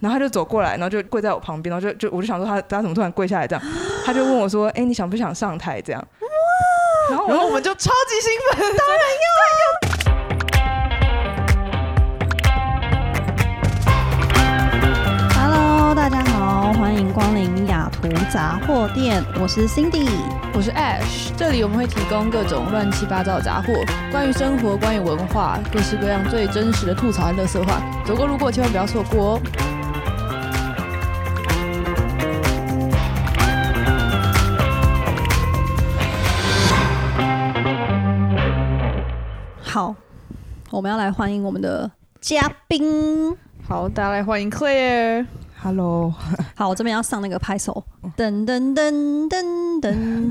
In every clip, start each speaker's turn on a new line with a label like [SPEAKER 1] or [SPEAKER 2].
[SPEAKER 1] 然后他就走过来，然后就跪在我旁边，然后就就我就想说他他怎么突然跪下来这样，他就问我说：“哎、你想不想上台？”这样，然后我
[SPEAKER 2] 然后
[SPEAKER 1] 就
[SPEAKER 2] 我们就超级兴奋，当然
[SPEAKER 3] Hello，大家好，欢迎光临雅图杂货店，我是 Cindy。
[SPEAKER 4] 我是 Ash，这里我们会提供各种乱七八糟的杂货，关于生活，关于文化，各式各样最真实的吐槽和乐色话，走过路过千万不要错过哦。
[SPEAKER 3] 好，我们要来欢迎我们的嘉宾。
[SPEAKER 2] 好，大家来欢迎 Claire。
[SPEAKER 1] Hello，
[SPEAKER 3] 好，我这边要上那个拍手，噔噔噔噔 噔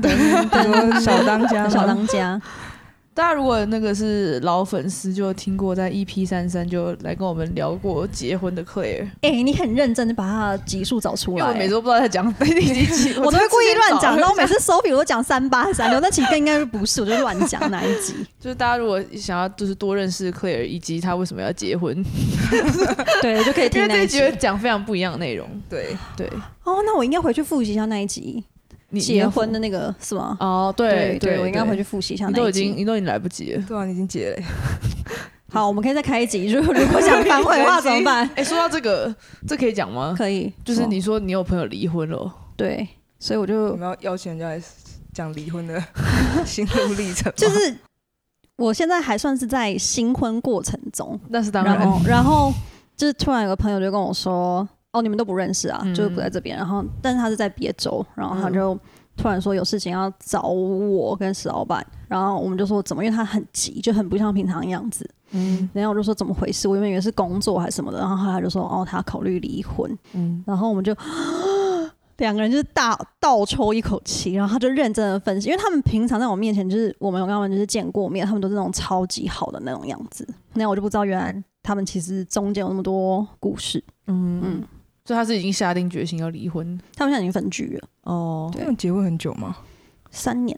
[SPEAKER 3] 噔
[SPEAKER 1] 说
[SPEAKER 3] 噔，
[SPEAKER 1] 小当家吗
[SPEAKER 3] 小当家。
[SPEAKER 4] 大家如果那个是老粉丝，就听过在 EP 三三就来跟我们聊过结婚的 Claire，
[SPEAKER 3] 哎、你很认真的把他的集数找出
[SPEAKER 4] 因为
[SPEAKER 3] 来、
[SPEAKER 4] 我每周不知道在讲哪几集，
[SPEAKER 3] 我都会故意乱讲，然
[SPEAKER 4] 然
[SPEAKER 3] 后
[SPEAKER 4] 后
[SPEAKER 3] 每次收笔我都讲三八三六，但其实更应该是不是，我就乱讲哪一集。
[SPEAKER 4] 就是大家如果想要就是多认识 Claire 以及她为什么要结婚，
[SPEAKER 3] 对，就可以
[SPEAKER 4] 因
[SPEAKER 3] 听
[SPEAKER 4] 为
[SPEAKER 3] 那
[SPEAKER 4] 这
[SPEAKER 3] 一
[SPEAKER 4] 一
[SPEAKER 3] 集
[SPEAKER 4] 集。会讲非常不一样的内容。
[SPEAKER 1] 对，
[SPEAKER 4] 对，
[SPEAKER 3] 哦，那我应该回去复习一下那一集
[SPEAKER 4] 你
[SPEAKER 3] 结婚的那个是吗？
[SPEAKER 4] 哦，对
[SPEAKER 3] 对，我应该回
[SPEAKER 4] 去。
[SPEAKER 3] 去复习一下
[SPEAKER 4] 你
[SPEAKER 3] 那
[SPEAKER 4] 都
[SPEAKER 3] 一
[SPEAKER 4] 已经，
[SPEAKER 3] 集。
[SPEAKER 4] 你都已经来不及了。
[SPEAKER 1] 对啊，你已经结了，
[SPEAKER 3] 好，我们可以再开一集，如果如果想反悔的话怎 么办？
[SPEAKER 4] 哎、说到这个，这可以讲吗？
[SPEAKER 3] 可以，
[SPEAKER 4] 就是
[SPEAKER 3] 哦
[SPEAKER 4] 你说你有朋友离婚了，
[SPEAKER 3] 对，所以我
[SPEAKER 1] 我
[SPEAKER 3] 就
[SPEAKER 1] 们要邀请人家来讲离婚的心路历程吗，
[SPEAKER 3] 就是我现在还算是在新婚过程中，
[SPEAKER 4] 那是当
[SPEAKER 3] 然
[SPEAKER 4] 然。
[SPEAKER 3] 后然后就是突然有个朋友就跟我说，哦，你们都不认识啊，
[SPEAKER 4] 嗯
[SPEAKER 3] 就是不在这边，然后但是他是在别州，然后他
[SPEAKER 1] 嗯
[SPEAKER 3] 就突然说有事情要找我跟石老板，然后我们就说怎么，因为他很急，就很不像平常的样子，
[SPEAKER 4] 嗯
[SPEAKER 3] 然后我就说怎么回事？我原本以为是工作还是什么的，然后后来他就说哦，他考虑离婚，
[SPEAKER 4] 嗯，
[SPEAKER 3] 然后我们就两个人就是大倒抽一口气，然后他就认真的分析，因为他们平常在我面前就是我们有跟他们就是见过面，他们都是那种超级好的那种样子，那我就不知道原来他们其实中间有那么多故事，嗯，
[SPEAKER 4] 所以他是已经下定决心要离婚
[SPEAKER 3] 他们现在已经分居了
[SPEAKER 4] 哦。
[SPEAKER 1] 他们结婚很久吗？
[SPEAKER 3] 三年。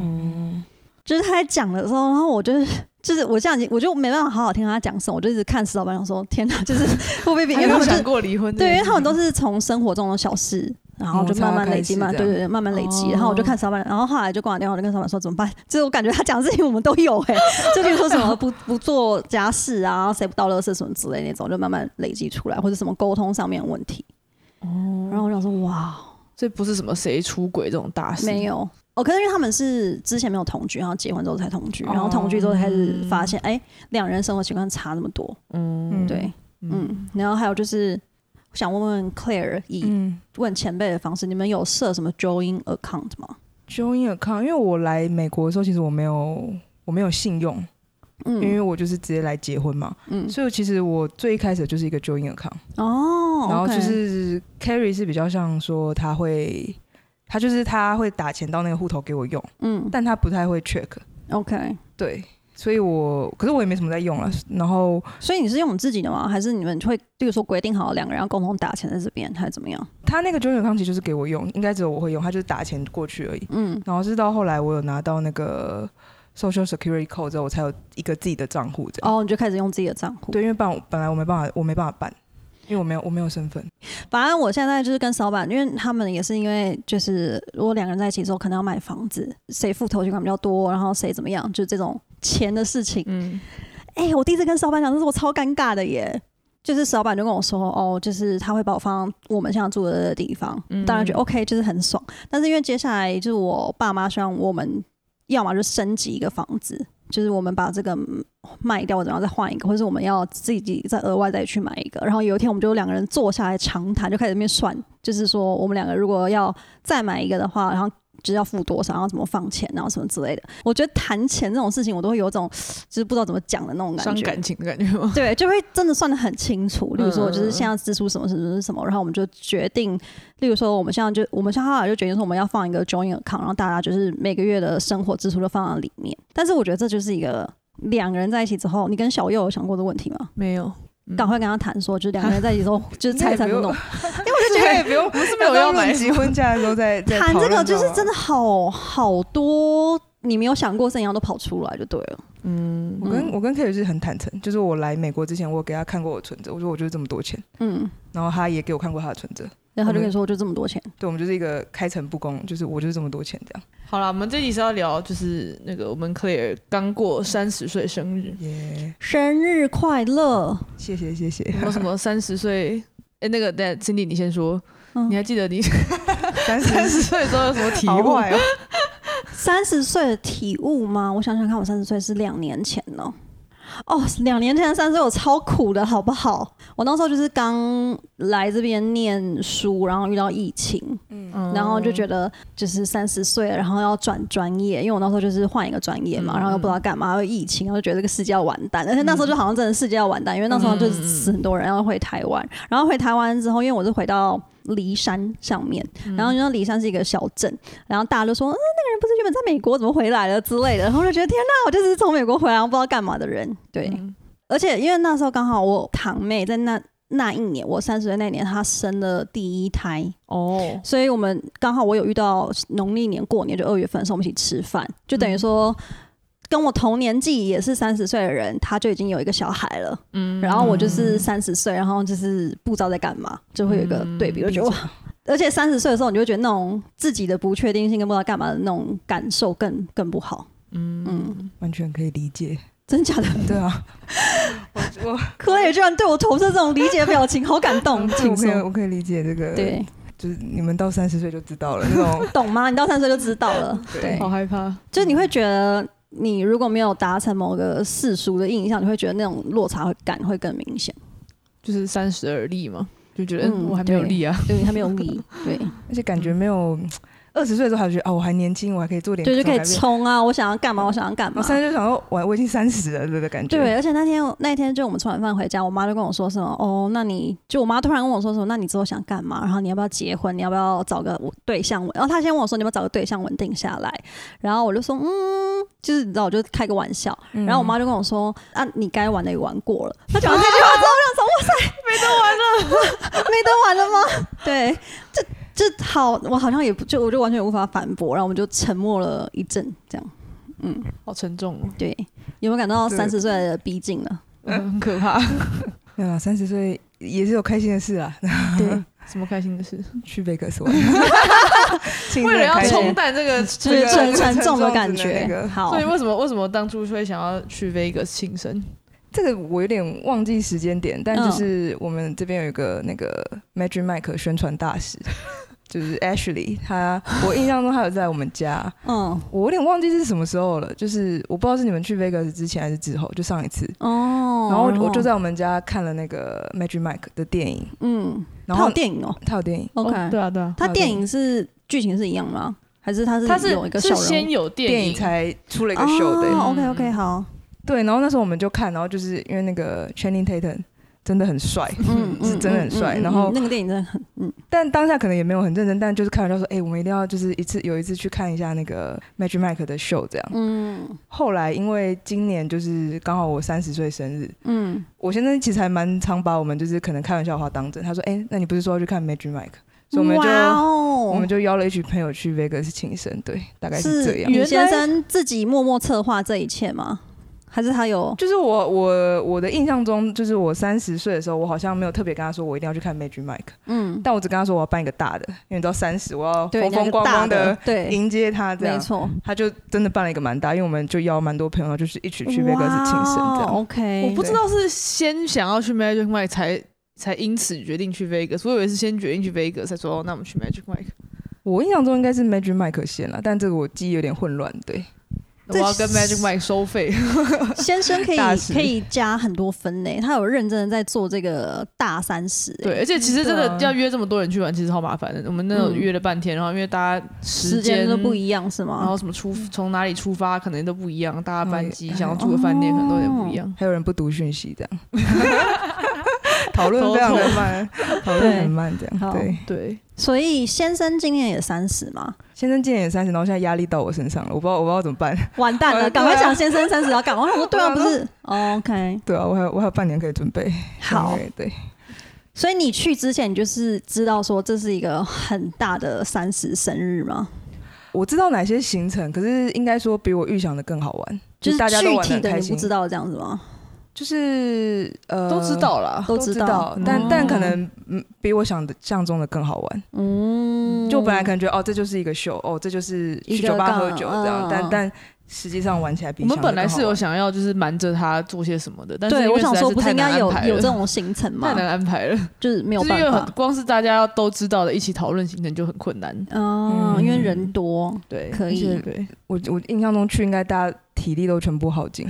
[SPEAKER 4] 嗯，
[SPEAKER 3] 就是他在讲的时候，然后我就是就是我这样已经，我就没办法好好听他讲什么，我就一直看石老板想说天哪，就是 会不会比
[SPEAKER 4] 你
[SPEAKER 3] 因为他
[SPEAKER 4] 有
[SPEAKER 3] 们就是
[SPEAKER 4] 想过离婚？
[SPEAKER 3] 对，因为他们都是从生活中的小事，然后就慢慢累积，
[SPEAKER 1] 摩擦
[SPEAKER 3] 慢
[SPEAKER 1] 开始
[SPEAKER 3] 对
[SPEAKER 1] 这
[SPEAKER 3] 对对，慢慢累积。
[SPEAKER 4] 哦
[SPEAKER 3] 然后我就看小板，然后后来就挂完电话，我就跟小板说怎么办？就是我感觉他讲的事情我们都有 哎、就比如说什么不不做家事啊，谁不倒垃圾什么之类那种，就慢慢累积出来，或者什么沟通上面的问题。
[SPEAKER 4] 哦，
[SPEAKER 3] 然后我想说哇，
[SPEAKER 4] 这不是什么谁出轨这种大事，
[SPEAKER 3] 没有。哦，可是因为他们是之前没有同居，然后结婚之后才同居，然后同居之后开始发现，哎、两、人生活习惯差那么多，
[SPEAKER 4] 嗯，
[SPEAKER 3] 对，
[SPEAKER 4] 嗯
[SPEAKER 3] 嗯，然后还有就是，我想问问 Claire，以
[SPEAKER 1] 嗯
[SPEAKER 3] 问前辈的方式，你们有设什么 join account 吗？
[SPEAKER 1] ，Join account，因为我来美国的时候，其实我没有我没有信用，因为
[SPEAKER 3] 嗯
[SPEAKER 1] 我就是直接来结婚嘛，
[SPEAKER 3] 嗯，
[SPEAKER 1] 所以其实我最一开始就是一个 Join account。
[SPEAKER 3] 哦，
[SPEAKER 1] 然后就是 Carry 是比较像说他会，他就是他会打钱到那个户头给我用，
[SPEAKER 3] 嗯
[SPEAKER 1] 但他不太会 check。
[SPEAKER 3] ，OK，
[SPEAKER 1] 对，所以我可是我也没什么在用了。然后
[SPEAKER 3] 所以你是用你自己的吗？还是你们会，比如说规定好两个人要共同打钱在这边，还是怎么样？
[SPEAKER 1] 他那个九九康其实就是给我用，应该只有我会用，他就是打钱过去而已。
[SPEAKER 3] 嗯，
[SPEAKER 1] 然后是到后来我有拿到那个 Social Security code 之后，我才有一个自己的账户这样。
[SPEAKER 3] 哦，你就开始用自己的账户。
[SPEAKER 1] 对，因为办本来我没办法，我没办法办，因为我没有我没有身份。
[SPEAKER 3] 反正我现在就是跟老板，因为他们也是因为就是如果两个人在一起之后，可能要买房子，谁付头期款比较多，然后谁怎么样，就这种钱的事情。
[SPEAKER 4] 嗯，
[SPEAKER 3] 哎、我第一次跟石老板讲，这是我超尴尬的耶。就是石老板就跟我说，哦，就是他会把我放我们现在住的地方，
[SPEAKER 2] 嗯
[SPEAKER 3] 当然觉得哦 OK，就是很爽。但是因为接下来就是我爸妈希望我们要么就升级一个房子，就是我们把这个嗯卖掉，然后再换一个，或是我们要自己再额外再去买一个。然后有一天我们就两个人坐下来长谈，就开始在那边算，就是说我们两个如果要再买一个的话，然后就是要付多少，然后怎么放钱，然后什么之类的。我觉得谈钱这种事情，我都会有一种就是不知道怎么讲的那种感
[SPEAKER 4] 伤
[SPEAKER 3] 觉。
[SPEAKER 4] 感情的感觉吗？
[SPEAKER 3] 对，就会真的算的很清楚。例如说，我就是
[SPEAKER 4] 嗯
[SPEAKER 3] 现在支出什么什么什么，然后我们就决定，例如说，我们现在就我们现在后来就决定说，我们要放一个 joint account，然后大家就是每个月的生活支出都放在里面。但是我觉得这就是一个两个人在一起之后，你跟小佑有想过的问题吗？
[SPEAKER 4] 没有，
[SPEAKER 3] 赶快跟他谈说，就是两个人在一起 之后，就是财产怎 么弄。
[SPEAKER 1] 就觉得也不用，不是
[SPEAKER 4] 没有要买
[SPEAKER 1] 结婚假的时候再再
[SPEAKER 4] 啊
[SPEAKER 3] 谈
[SPEAKER 1] 讨
[SPEAKER 3] 这
[SPEAKER 1] 论啊
[SPEAKER 3] 个就
[SPEAKER 1] 到
[SPEAKER 3] 是
[SPEAKER 1] 啊
[SPEAKER 3] 真的好好多你没有想过怎样都跑出来就对了。
[SPEAKER 4] 嗯，
[SPEAKER 1] 我跟我跟 K 也是很坦诚，就是我来美国之前，我有给他看过我存折，我说我就是这么多钱，
[SPEAKER 3] 嗯，
[SPEAKER 1] 然后他也给我看过他的存折，
[SPEAKER 3] 然
[SPEAKER 4] 嗯
[SPEAKER 3] 后他就跟你说我就这么多钱，
[SPEAKER 1] 对我们就是一个开诚布公，就是我就是这么多钱这样。
[SPEAKER 2] 好了，我们这集是要聊，就是那个我们 Claire 刚过三十岁生日，
[SPEAKER 1] 耶、
[SPEAKER 3] 生日快乐！
[SPEAKER 1] 谢谢谢谢
[SPEAKER 2] 有，没有什么三十岁？哎、那个，等下 Cindy 你先说，
[SPEAKER 3] 嗯
[SPEAKER 2] 你还记得你
[SPEAKER 1] 三
[SPEAKER 2] 三
[SPEAKER 1] 十
[SPEAKER 2] 十岁的时候有什么体
[SPEAKER 1] 好
[SPEAKER 2] 悟？
[SPEAKER 1] 坏哦，
[SPEAKER 3] 三十岁的体悟吗？我想想看，我三十岁是两年前呢。哦，两年前三十岁我超苦的，好不好？我那时候就是刚来这边念书，然后遇到疫情，
[SPEAKER 1] 嗯，
[SPEAKER 3] 然后就觉得就是三十岁了，然后要转专业，因为我那时候就是换一个专业嘛，
[SPEAKER 2] 嗯
[SPEAKER 3] 然后又不知道干嘛，又疫情，然后就觉得这个世界要完蛋，而且那时候就好像真的世界要完蛋，因为那时候就是死很多人，然后回台湾，然后回台湾之后，因为我是回到。骊山上面，然后因为骊山是一个小镇，然后大家就说，嗯，那个人不是原本在美国，怎么回来了之类的，然后我就觉得天哪，我就是从美国回来，我不知道干嘛的人，对，
[SPEAKER 2] 嗯
[SPEAKER 3] 而且因为那时候刚好我堂妹在那那一年，我三十岁那年，她生了第一胎，
[SPEAKER 2] 哦，
[SPEAKER 3] 所以我们刚好我有遇到农历年过年，就二月份的时候我们一起吃饭，就等于说。
[SPEAKER 1] 嗯
[SPEAKER 3] 跟我同年纪也是三十岁的人，他就已经有一个小孩了，
[SPEAKER 2] 嗯
[SPEAKER 3] 然后我就是三十岁，然后就是不知道在干嘛，就会有一个对比，我
[SPEAKER 1] 嗯
[SPEAKER 3] 觉得哇，而且三十岁的时候，你就会觉得那种自己的不确定性跟不知道干嘛的那种感受更更不好，
[SPEAKER 2] 嗯
[SPEAKER 3] 嗯，
[SPEAKER 1] 完全可以理解，
[SPEAKER 3] 真假的？
[SPEAKER 1] 对啊，我我
[SPEAKER 3] 科也居然对我投射这种理解表情，好感 动，
[SPEAKER 1] 对
[SPEAKER 3] 请
[SPEAKER 1] 我可以
[SPEAKER 3] 说，
[SPEAKER 1] 我可以理解这个，，
[SPEAKER 3] 对，，
[SPEAKER 1] 就是你们到三十岁就知道了那种
[SPEAKER 3] 懂吗？你到三十岁就知道了，
[SPEAKER 1] 对
[SPEAKER 3] 对，
[SPEAKER 2] 嗯好害怕，
[SPEAKER 3] 就是你会觉得，你如果没有达成某个世俗的印象，你会觉得那种落差感会更明显，
[SPEAKER 2] 就是三十而立嘛，就觉得、
[SPEAKER 3] 嗯
[SPEAKER 2] 嗯、我还没有
[SPEAKER 3] 对
[SPEAKER 2] 立啊，
[SPEAKER 3] 因为他没有嗯力， 对，
[SPEAKER 1] 而且感觉没有二十岁的时候还觉得啊我还年轻，我还可以做点
[SPEAKER 3] 对，就
[SPEAKER 1] 这种
[SPEAKER 3] 可以
[SPEAKER 1] 改变
[SPEAKER 3] 冲啊！我想要干嘛，我想要干嘛
[SPEAKER 1] 我。现在就想说，我我已经三十了这个感觉。
[SPEAKER 3] 对，而且那天那一天就我们吃完饭回家，我妈就跟我说什么哦，那你就我妈突然跟我说什么，那你之后想干嘛？然后你要不要结婚？你要不要找个对象？然后她先问我说你要不要找个对象稳定下来？然后我就说嗯，就是你知道，我就开个玩笑。
[SPEAKER 1] 嗯，
[SPEAKER 3] 然后我妈就跟我说：“啊，你该玩的也玩过了。”她讲完这句话之后，
[SPEAKER 1] 啊
[SPEAKER 3] 我想 说：“哇塞， 没得玩了，没得玩了吗？” 对，这这好，我好像也不就我就完全无法反驳，然后我们就沉默了一阵，这样
[SPEAKER 2] 好沉重哦，
[SPEAKER 3] 对，有没有感到
[SPEAKER 1] 对
[SPEAKER 3] 三十岁的逼近了？
[SPEAKER 2] 很可怕。
[SPEAKER 1] 没有啦，嗯三十岁也是有开心的事啦，
[SPEAKER 3] 对，
[SPEAKER 2] 什么开心的事？
[SPEAKER 1] 去贝克斯 玩，庆祝
[SPEAKER 2] 为了要
[SPEAKER 1] 开心
[SPEAKER 2] 冲淡这个
[SPEAKER 3] 就
[SPEAKER 2] 这
[SPEAKER 3] 是
[SPEAKER 2] 个
[SPEAKER 3] 沉沉重的
[SPEAKER 1] 沉重
[SPEAKER 3] 感
[SPEAKER 1] 的那
[SPEAKER 3] 觉。
[SPEAKER 1] 个
[SPEAKER 3] 好
[SPEAKER 2] 所以，为什么为什么当初会想要去 Vegas 庆生？
[SPEAKER 1] 这个我有点忘记时间点，
[SPEAKER 3] 嗯
[SPEAKER 1] 但就是我们这边有一个那个 Magic Mike 宣传大使，就是 Ashley，他我印象中他有在我们家，
[SPEAKER 3] 嗯，
[SPEAKER 1] 我有点忘记是什么时候了，就是我不知道是你们去 Vegas 之前还是之后，就上一次，
[SPEAKER 3] 哦，
[SPEAKER 1] 然后我就在我们家看了那个 Magic Mike 的电影，
[SPEAKER 3] 嗯，
[SPEAKER 1] 然
[SPEAKER 3] 他
[SPEAKER 1] 后
[SPEAKER 3] 有电影哦
[SPEAKER 1] 他有电影。
[SPEAKER 3] ，OK，
[SPEAKER 2] 哦对啊，对啊，
[SPEAKER 3] 他电影是剧情是一样吗？还是他是
[SPEAKER 2] 他是
[SPEAKER 3] 有一个
[SPEAKER 2] 是
[SPEAKER 3] 小人
[SPEAKER 2] 先
[SPEAKER 3] 物？
[SPEAKER 2] 有电
[SPEAKER 1] 电
[SPEAKER 2] 影
[SPEAKER 1] 影才出了一个 show 的、
[SPEAKER 3] 哦，OK OK，好，
[SPEAKER 1] 对，然后那时候我们就看，然后就是因为那个 Channing Tatum 真的很帅，
[SPEAKER 3] 嗯，嗯
[SPEAKER 1] 是真的很帅
[SPEAKER 3] 嗯嗯
[SPEAKER 1] 然后
[SPEAKER 3] 嗯那个电影真的很，嗯，
[SPEAKER 1] 但当下可能也没有很认真，但就是开玩笑说，哎、我们一定要就是一次有一次去看一下那个 Magic Mike 的 show 这样。
[SPEAKER 3] 嗯
[SPEAKER 1] 后来因为今年就是刚好我三十岁生日，
[SPEAKER 3] 嗯
[SPEAKER 1] 我先生其实还蛮常把我们就是可能开玩笑的话当真，他说，哎、那你不是说要去看 Magic Mike？所以我们就、
[SPEAKER 3] 哇哦，
[SPEAKER 1] 我们就邀了一群朋友去 Vegas 庆生，对，大概
[SPEAKER 3] 是
[SPEAKER 1] 是这样。
[SPEAKER 3] 你
[SPEAKER 2] 原
[SPEAKER 3] 先
[SPEAKER 2] 来
[SPEAKER 3] 生自己默默策划这一切吗？还是他有？
[SPEAKER 1] 就是我我我的印象中，就是我三十岁的时候，我好像没有特别跟他说我一定要去看 Magic Mike，
[SPEAKER 3] 嗯，
[SPEAKER 1] 但我只跟他说我要办一个大的，因为你知道三十我要
[SPEAKER 3] 对，
[SPEAKER 1] 风
[SPEAKER 3] 那
[SPEAKER 1] 风
[SPEAKER 3] 个
[SPEAKER 1] 光
[SPEAKER 3] 大
[SPEAKER 1] 光
[SPEAKER 3] 的
[SPEAKER 1] 的，
[SPEAKER 3] 对，
[SPEAKER 1] 迎接他这
[SPEAKER 3] 没
[SPEAKER 1] 样。
[SPEAKER 3] 错，
[SPEAKER 1] 他就真的办了一个蛮大，因为我们就邀蛮多朋友，然后就是一起去 Vegas 庆生这
[SPEAKER 3] 哇哦
[SPEAKER 1] 样。
[SPEAKER 3] OK，
[SPEAKER 2] 我不知道是先想要去 Magic Mike 才才因此决定去 Vegas，我以为是先决定去 Vegas 才说哦，那我们去 Magic Mike。
[SPEAKER 1] 我印象中应该是 Magic Mike 先了，但这个我记忆有点混乱。对，
[SPEAKER 2] 那我要跟 Magic Mike 收费，
[SPEAKER 3] 先生可 以
[SPEAKER 1] 大师
[SPEAKER 3] 可以加很多分类，他有认真的在做这个大三十，欸
[SPEAKER 2] 对，而且其实真的
[SPEAKER 1] 对啊
[SPEAKER 2] 要约这么多人去玩，其实超麻烦的。我们那种
[SPEAKER 3] 嗯
[SPEAKER 2] 约了半天，然后因为大家
[SPEAKER 3] 时间都不一样嗯哎是
[SPEAKER 2] 然
[SPEAKER 3] 吗
[SPEAKER 2] 后？什么出从哪里出发可能都不一样，大家班机
[SPEAKER 1] 嗯
[SPEAKER 2] 想要住的饭店可能都有点
[SPEAKER 3] 哦
[SPEAKER 2] 不一样。
[SPEAKER 1] 还有人不读讯息这样， 讨论非常的慢，讨论很慢这
[SPEAKER 3] 好
[SPEAKER 1] 样。对，
[SPEAKER 2] 对，
[SPEAKER 3] 所以先生今年也三十嘛，
[SPEAKER 1] 先生今年也三十，然后现在压力到我身上了，我不知道我不知道怎么办。
[SPEAKER 3] 完蛋了，
[SPEAKER 1] 完蛋
[SPEAKER 3] 赶快想先生三十要干嘛？我想说对啊，
[SPEAKER 1] 我
[SPEAKER 3] 不
[SPEAKER 1] 想说
[SPEAKER 3] 是哦，OK，
[SPEAKER 1] 对啊，我还有我还有半年可以准备。
[SPEAKER 3] 好，
[SPEAKER 1] 对。
[SPEAKER 3] 所以你去之前，你就是知道说这是一个很大的三十生日吗？
[SPEAKER 1] 我知道哪些行程，可是应该说比我预想的更好玩，
[SPEAKER 3] 就是
[SPEAKER 1] 大家都
[SPEAKER 3] 具
[SPEAKER 1] 玩的
[SPEAKER 3] 体
[SPEAKER 1] 开
[SPEAKER 3] 你不
[SPEAKER 1] 心。
[SPEAKER 3] 知道这样子吗？
[SPEAKER 1] 就是呃，
[SPEAKER 2] 都知道啦。
[SPEAKER 1] 都
[SPEAKER 3] 知
[SPEAKER 1] 知道，但、
[SPEAKER 3] 嗯
[SPEAKER 1] 但可能嗯比我想的象中的更好玩。
[SPEAKER 3] 嗯，
[SPEAKER 1] 就我本来可能觉得哦，这就是一个秀，哦，这就是去
[SPEAKER 3] 一个
[SPEAKER 1] 酒吧
[SPEAKER 3] 杠
[SPEAKER 1] 喝酒这
[SPEAKER 3] 嗯
[SPEAKER 1] 样，但但实际上玩起来比
[SPEAKER 2] 我们
[SPEAKER 1] 想的
[SPEAKER 2] 本来
[SPEAKER 1] 更好
[SPEAKER 2] 是有
[SPEAKER 1] 玩
[SPEAKER 2] 想要就是瞒着他做些什么的，但是
[SPEAKER 3] 啊对，
[SPEAKER 2] 因
[SPEAKER 3] 我
[SPEAKER 2] 为
[SPEAKER 3] 想
[SPEAKER 2] 实在
[SPEAKER 3] 说，
[SPEAKER 2] 是
[SPEAKER 3] 不是
[SPEAKER 2] 太
[SPEAKER 3] 应该
[SPEAKER 2] 难
[SPEAKER 3] 有
[SPEAKER 2] 安排
[SPEAKER 3] 有这
[SPEAKER 2] 了
[SPEAKER 3] 种行程吗
[SPEAKER 2] 太？难安排了，
[SPEAKER 3] 就是没有
[SPEAKER 2] 就是因
[SPEAKER 3] 办
[SPEAKER 2] 为
[SPEAKER 3] 法
[SPEAKER 2] 很，光是大家要都知道的，一起讨论行程就很困难。
[SPEAKER 3] 嗯，因为人多，
[SPEAKER 2] 对，
[SPEAKER 3] 可
[SPEAKER 1] 而
[SPEAKER 3] 以
[SPEAKER 1] 且
[SPEAKER 2] 对，
[SPEAKER 1] 我我印象中去应该大家体力都全部耗 尽，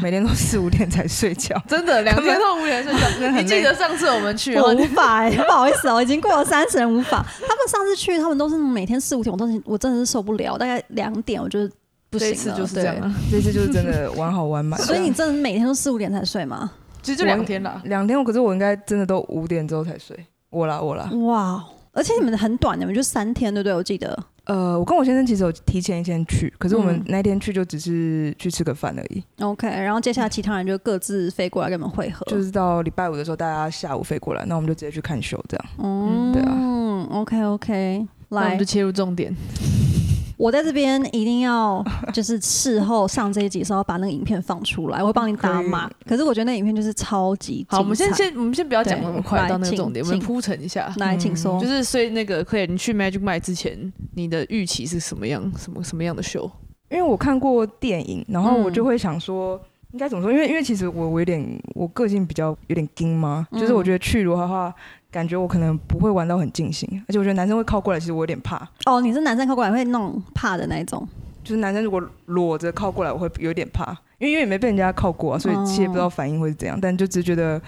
[SPEAKER 1] 每天都四五点才睡觉。
[SPEAKER 2] 真的两
[SPEAKER 1] 根本
[SPEAKER 2] 天到五点睡觉。
[SPEAKER 1] 真的
[SPEAKER 2] 你
[SPEAKER 1] 很
[SPEAKER 2] 记
[SPEAKER 1] 累
[SPEAKER 2] 得上次我们去，然
[SPEAKER 3] 我
[SPEAKER 2] 后
[SPEAKER 3] 无法 哎、不好意思哦、已经过了三十人无法。他们上次去，他们都是每天四五点，我都是我真的是受不了，大概两点我就是不行
[SPEAKER 2] 这
[SPEAKER 3] 了。
[SPEAKER 2] 一次就是这样
[SPEAKER 3] 对
[SPEAKER 2] 啊，
[SPEAKER 1] 这次就是真的玩好 玩满。
[SPEAKER 3] 所以你真的每天都四五点才睡吗？
[SPEAKER 2] 其实就
[SPEAKER 1] 我
[SPEAKER 2] 两天啦。
[SPEAKER 1] 两天我，可是我应该真的都五点之后才睡。我啦，我啦，
[SPEAKER 2] 啊
[SPEAKER 3] 哇！哦而且你们很短，你们就三天，对不对？我记得
[SPEAKER 1] 呃，我跟我先生其实有提前一天去，可是我们
[SPEAKER 3] 嗯
[SPEAKER 1] 那天去就只是去吃个饭而已，
[SPEAKER 3] OK。然后接下来其他人就各自飞过来跟你们会合，
[SPEAKER 1] 就是到礼拜五的时候，大家下午飞过来，那我们就直接去看秀这样。
[SPEAKER 3] 嗯，
[SPEAKER 1] 对啊
[SPEAKER 3] 嗯，OK OK。
[SPEAKER 2] 那我
[SPEAKER 3] 来
[SPEAKER 2] 们就，切入重点，
[SPEAKER 3] 我在这边一定要就是事后上这一集的时候把那个影片放出来， 我会帮你打码。可是我觉得那影片就是超级
[SPEAKER 2] 好，我们
[SPEAKER 3] 精
[SPEAKER 2] 先
[SPEAKER 3] 彩
[SPEAKER 2] 先我们先不要讲那么
[SPEAKER 3] 对
[SPEAKER 2] 快
[SPEAKER 3] 来
[SPEAKER 2] 到那个
[SPEAKER 3] 请
[SPEAKER 2] 重点，我们
[SPEAKER 3] 请
[SPEAKER 2] 铺陈一下。
[SPEAKER 3] 来，请说。
[SPEAKER 2] 嗯就是所以那个 Claire，你去 Magic Mike 之前，你的预期是什么样？什么什么样的秀？
[SPEAKER 3] 啊
[SPEAKER 1] 因为我看过电影，然后我
[SPEAKER 2] 嗯
[SPEAKER 1] 就会想说。应该怎么说？因为因为其实我我有点我个性比较有点硬嘛，
[SPEAKER 3] 嗯
[SPEAKER 1] 就是我觉得去如的话，感觉我可能不会玩到很尽兴，而且我觉得男生会靠过来，其实我有点怕。
[SPEAKER 3] 哦，你是男生靠过来会弄怕的那一种，
[SPEAKER 1] 就是男生如果裸着靠过来，我会有点怕，因为因为也没被人家靠过啊，所以其实也不知
[SPEAKER 2] 哦
[SPEAKER 1] 道反应会是怎样，但就只觉得